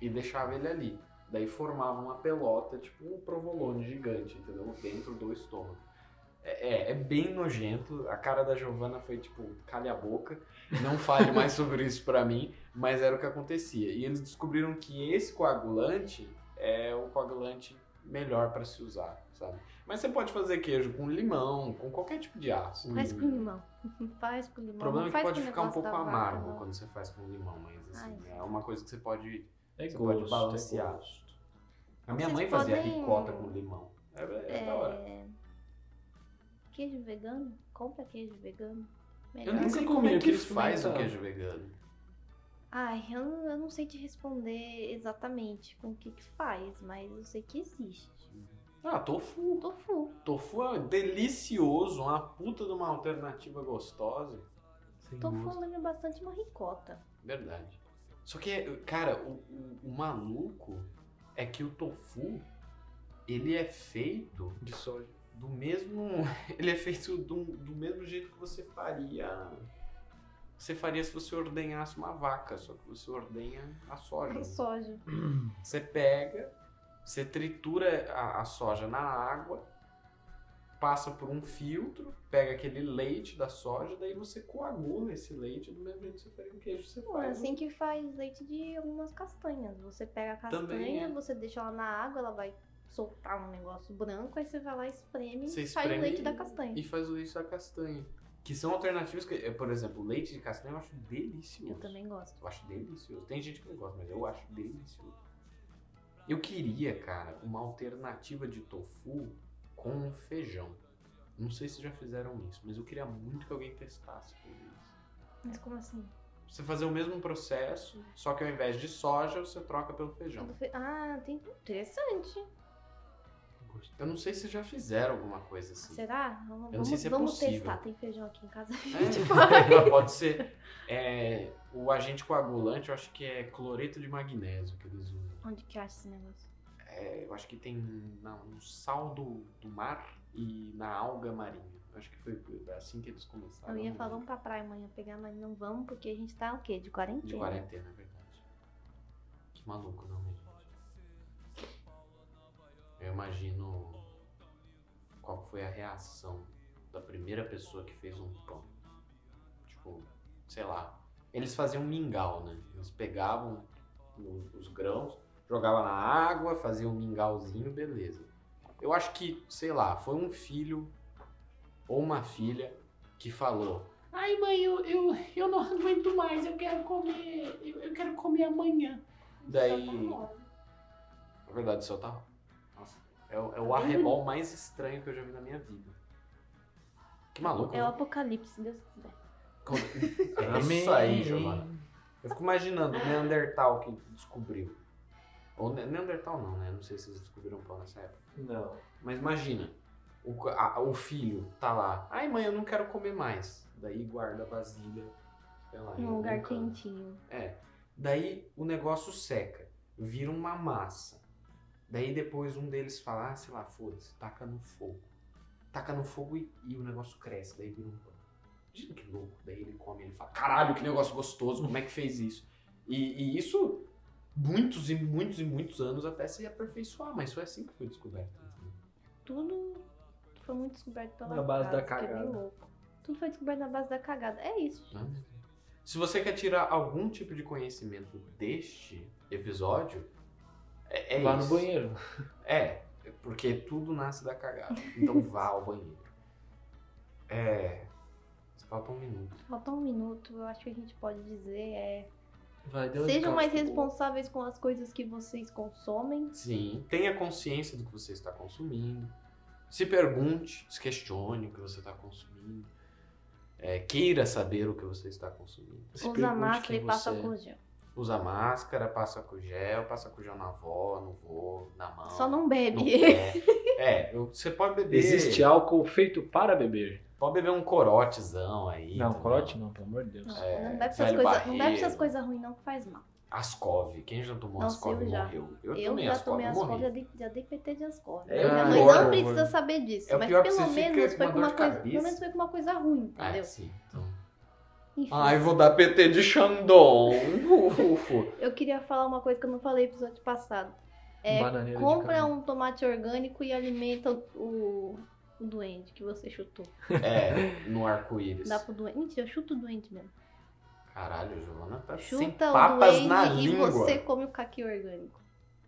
[SPEAKER 3] e deixava ele ali. Daí formava uma pelota, tipo um provolone gigante, entendeu? Dentro do estômago. É, é- é bem nojento. A cara da Giovana foi tipo, calha a boca, não fale mais sobre isso pra mim, mas era o que acontecia. E eles descobriram que esse coagulante é o coagulante melhor pra se usar, sabe? Mas você pode fazer queijo com limão, com qualquer tipo de ácido.
[SPEAKER 4] Faz com limão. [laughs] Faz com limão.
[SPEAKER 3] O problema
[SPEAKER 4] não
[SPEAKER 3] é que
[SPEAKER 4] faz
[SPEAKER 3] pode
[SPEAKER 4] com o
[SPEAKER 3] ficar um
[SPEAKER 4] negócio
[SPEAKER 3] pouco
[SPEAKER 4] da vaca, né?
[SPEAKER 3] amargo
[SPEAKER 4] não.
[SPEAKER 3] quando você faz com limão, mas assim,
[SPEAKER 4] Ai,
[SPEAKER 3] é uma coisa que você pode.
[SPEAKER 2] É
[SPEAKER 3] Você pode
[SPEAKER 2] gosto,
[SPEAKER 3] balancear.
[SPEAKER 2] é gosto.
[SPEAKER 3] A minha
[SPEAKER 4] Vocês
[SPEAKER 3] mãe fazia
[SPEAKER 4] podem-
[SPEAKER 3] ricota com limão. É, é da hora.
[SPEAKER 4] É... Queijo vegano? Compra queijo vegano.
[SPEAKER 3] Eu
[SPEAKER 4] Melhor.
[SPEAKER 3] nem
[SPEAKER 2] nunca
[SPEAKER 3] sei
[SPEAKER 2] comi,
[SPEAKER 3] como é
[SPEAKER 2] eu
[SPEAKER 3] que
[SPEAKER 2] queria
[SPEAKER 3] faz o
[SPEAKER 2] experimentar.
[SPEAKER 3] queijo vegano.
[SPEAKER 4] Ai, eu não, eu não sei te responder exatamente com o que que faz, mas eu sei que existe.
[SPEAKER 3] Ah, tofu.
[SPEAKER 4] Tofu.
[SPEAKER 3] Tofu é delicioso, uma puta de uma alternativa gostosa.
[SPEAKER 2] Sem
[SPEAKER 4] Tofu
[SPEAKER 2] gosto.
[SPEAKER 4] lembra bastante uma ricota.
[SPEAKER 3] Verdade. Só que, cara, o, o- o maluco é que o tofu, ele é feito
[SPEAKER 2] de soja.
[SPEAKER 3] do mesmo. [laughs] Ele é feito do, do mesmo jeito que você faria. Você faria se você ordenhasse uma vaca, só que você ordenha a soja.
[SPEAKER 4] [laughs] Soja.
[SPEAKER 3] Você pega, você tritura a, a soja na água, passa por um filtro, pega aquele leite da soja, daí você coagula esse leite do mesmo jeito que você faria um queijo. Você
[SPEAKER 4] Bom, é
[SPEAKER 3] faz.
[SPEAKER 4] assim que faz leite de algumas castanhas. Você pega a castanha,
[SPEAKER 3] Também é.
[SPEAKER 4] você deixa ela na água, ela vai soltar um negócio branco, aí você vai lá e espreme
[SPEAKER 3] Você
[SPEAKER 4] e sai o
[SPEAKER 3] espreme
[SPEAKER 4] leite da castanha.
[SPEAKER 3] E faz o leite da castanha. Que são alternativas que, eh, por exemplo, leite de castanha eu acho delicioso.
[SPEAKER 4] Eu também gosto.
[SPEAKER 3] Eu acho delicioso. Tem gente que não gosta, mas eu acho delicioso. Eu queria, cara, uma alternativa de tofu com feijão. Não sei se já fizeram isso, mas eu queria muito que alguém testasse fazer isso.
[SPEAKER 4] Mas como assim?
[SPEAKER 3] Você fazer o mesmo processo, só que ao invés de soja, você troca pelo feijão.
[SPEAKER 4] Quando fe- Ah, tem... interessante.
[SPEAKER 2] Gosto.
[SPEAKER 3] Eu não sei se já fizeram alguma coisa assim.
[SPEAKER 4] Será? Vamos,
[SPEAKER 3] Eu não sei
[SPEAKER 4] vamos-
[SPEAKER 3] se é
[SPEAKER 4] vamos
[SPEAKER 3] possível.
[SPEAKER 4] testar. Tem feijão aqui em casa. [laughs]
[SPEAKER 3] [laughs] É, ela pode ser. é, o agente coagulante, eu acho que é cloreto de magnésio que eles usam.
[SPEAKER 4] Onde que acha esse negócio?
[SPEAKER 3] É, eu acho que tem na- no sal do, do mar e na alga marinha. Eu acho que foi assim que eles começaram.
[SPEAKER 4] Eu ia
[SPEAKER 3] né?
[SPEAKER 4] falar, um vamos pra praia amanhã pegar, mas não vamos porque a gente tá o quê? De quarentena.
[SPEAKER 3] De quarentena, é verdade. Que maluco, não, minha gente. Eu imagino qual foi a reação da primeira pessoa que fez um pão. Tipo, sei lá. Eles faziam mingau, né? Eles pegavam o- os grãos, jogavam na água, faziam um mingauzinho, beleza. Eu acho que, sei lá, foi um filho ou uma filha que falou: Ai, mãe, eu, eu, eu não aguento mais, eu quero comer, eu, eu quero comer amanhã. Daí. Na verdade, só tá. Nossa, é, o- é o arrebol mais estranho que eu já vi na minha vida. Que maluco.
[SPEAKER 4] É o
[SPEAKER 3] né?
[SPEAKER 4] apocalipse, se Deus quiser.
[SPEAKER 3] É isso aí, Giovana. Eu fico imaginando o Neandertal que descobriu. Ou Ne- Neandertal não, né? Não sei se eles descobriram pão nessa época.
[SPEAKER 2] Não.
[SPEAKER 3] Mas imagina, o, co- a- o filho tá lá. Ai, mãe, eu não quero comer mais. Daí guarda a vasilha. sei lá, em
[SPEAKER 4] Num
[SPEAKER 3] algum
[SPEAKER 4] um lugar
[SPEAKER 3] canto.
[SPEAKER 4] quentinho.
[SPEAKER 3] É. Daí o negócio seca, vira uma massa. Daí depois um deles fala, ah, sei lá, foda-se, taca no fogo. Taca no fogo e, e o negócio cresce, daí vira um pão. Imagina que louco. Daí ele come, ele fala, caralho, que negócio gostoso, como é que fez isso? E, e isso muitos e muitos e muitos anos até se aperfeiçoar, mas foi assim que foi descoberto. entendeu?
[SPEAKER 4] Tudo foi muito descoberto pela
[SPEAKER 2] Na base
[SPEAKER 4] casa,
[SPEAKER 2] da
[SPEAKER 4] que é bem
[SPEAKER 2] cagada.
[SPEAKER 4] louco. Tudo foi descoberto na base da cagada. É isso, gente.
[SPEAKER 3] Né? Se você quer tirar algum tipo de conhecimento deste episódio, é, é
[SPEAKER 2] Vá
[SPEAKER 3] isso.
[SPEAKER 2] no banheiro.
[SPEAKER 3] É, porque tudo nasce da cagada.
[SPEAKER 2] [laughs]
[SPEAKER 3] Então vá ao banheiro. É. Falta um minuto.
[SPEAKER 4] Falta um minuto, eu acho que a gente pode dizer é.
[SPEAKER 2] Vai, deu
[SPEAKER 4] Sejam
[SPEAKER 2] de
[SPEAKER 4] mais
[SPEAKER 2] calça.
[SPEAKER 4] responsáveis com as coisas que vocês consomem.
[SPEAKER 3] Sim. Tenha consciência do que você está consumindo. Se pergunte, se questione o que você está consumindo. É, queira saber o que você está consumindo.
[SPEAKER 2] Se
[SPEAKER 4] Usa
[SPEAKER 2] pergunte
[SPEAKER 4] máscara
[SPEAKER 2] quem
[SPEAKER 4] e
[SPEAKER 2] você
[SPEAKER 4] passa
[SPEAKER 2] é.
[SPEAKER 4] álcool gel.
[SPEAKER 3] Usa máscara, passa com gel, passa com gel na avó, no vô, na mão.
[SPEAKER 4] Só não
[SPEAKER 3] no
[SPEAKER 4] bebe.
[SPEAKER 3] pé. É, eu- você pode beber.
[SPEAKER 2] Existe álcool feito para beber.
[SPEAKER 3] Pode beber um corotezão aí.
[SPEAKER 2] Não,
[SPEAKER 3] entendeu?
[SPEAKER 2] corote não, pelo amor de Deus.
[SPEAKER 4] Não,
[SPEAKER 3] É,
[SPEAKER 4] não bebe essas
[SPEAKER 3] velho
[SPEAKER 4] coisas, não bebe
[SPEAKER 3] barreiro.
[SPEAKER 4] essas coisas ruins não que faz mal.
[SPEAKER 3] Ascov. Quem já tomou
[SPEAKER 4] Nossa,
[SPEAKER 3] Ascov
[SPEAKER 4] eu já.
[SPEAKER 3] morreu. Eu,
[SPEAKER 4] Eu,
[SPEAKER 3] tomei
[SPEAKER 4] já
[SPEAKER 3] Ascov,
[SPEAKER 4] tomei as
[SPEAKER 3] morri.
[SPEAKER 4] cobras, já dei, já dei PT de as cobras.
[SPEAKER 2] É,
[SPEAKER 4] minha
[SPEAKER 3] ah,
[SPEAKER 4] mãe
[SPEAKER 3] pior,
[SPEAKER 4] não precisa
[SPEAKER 2] mano.
[SPEAKER 4] saber disso,
[SPEAKER 3] É o
[SPEAKER 4] mas
[SPEAKER 3] pior que
[SPEAKER 4] pelo
[SPEAKER 3] você fica
[SPEAKER 4] menos
[SPEAKER 3] com
[SPEAKER 4] foi
[SPEAKER 3] uma
[SPEAKER 4] com
[SPEAKER 3] dor
[SPEAKER 4] uma
[SPEAKER 3] de
[SPEAKER 4] coisa,
[SPEAKER 3] cabeça.
[SPEAKER 4] pelo menos foi com uma coisa ruim,
[SPEAKER 3] Ah,
[SPEAKER 4] entendeu?
[SPEAKER 3] sim, então.
[SPEAKER 4] Enfim,
[SPEAKER 3] Ai, vou dar PT de Xandão. Ufo.
[SPEAKER 4] eu queria falar uma coisa que eu não falei no episódio passado. É,
[SPEAKER 2] Bananeira de
[SPEAKER 4] compra
[SPEAKER 2] cana.
[SPEAKER 4] um tomate orgânico e alimenta o, o doente que você chutou.
[SPEAKER 3] [laughs] É, no arco-íris.
[SPEAKER 4] Dá pro doente. Mentira, eu chuto o doente mesmo.
[SPEAKER 3] Caralho, Giovana tá sem
[SPEAKER 4] Chuta o
[SPEAKER 3] papas
[SPEAKER 4] duende
[SPEAKER 3] na
[SPEAKER 4] e
[SPEAKER 3] língua.
[SPEAKER 4] você come o caqui orgânico.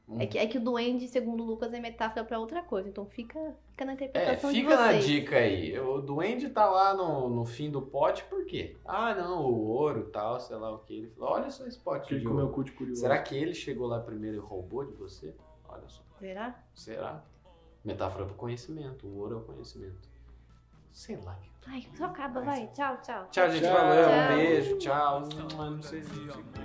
[SPEAKER 3] Hum.
[SPEAKER 4] É, que, é que o duende, segundo o Lucas, é metáfora pra outra coisa. Então fica, fica na
[SPEAKER 3] É,
[SPEAKER 4] interpretação
[SPEAKER 3] fica na
[SPEAKER 4] de vocês.
[SPEAKER 3] dica aí. O duende tá lá no, no fim do pote, por quê? Ah, não, o ouro tal, sei lá o que. Ele falou, olha só esse
[SPEAKER 4] um
[SPEAKER 3] pote
[SPEAKER 2] Que ele
[SPEAKER 3] de
[SPEAKER 2] comeu
[SPEAKER 3] ouro.
[SPEAKER 2] o cu de curioso.
[SPEAKER 3] Será que ele chegou lá primeiro e roubou de você? Olha só,
[SPEAKER 4] Será?
[SPEAKER 3] será? Metáfora pro conhecimento, o ouro é o conhecimento. Sei lá.
[SPEAKER 4] Ai, só acaba, vai. Tchau, tchau.
[SPEAKER 3] Tchau, gente,
[SPEAKER 2] Tchau.
[SPEAKER 3] valeu,
[SPEAKER 4] Tchau.
[SPEAKER 3] um beijo, tchau. Não sei se...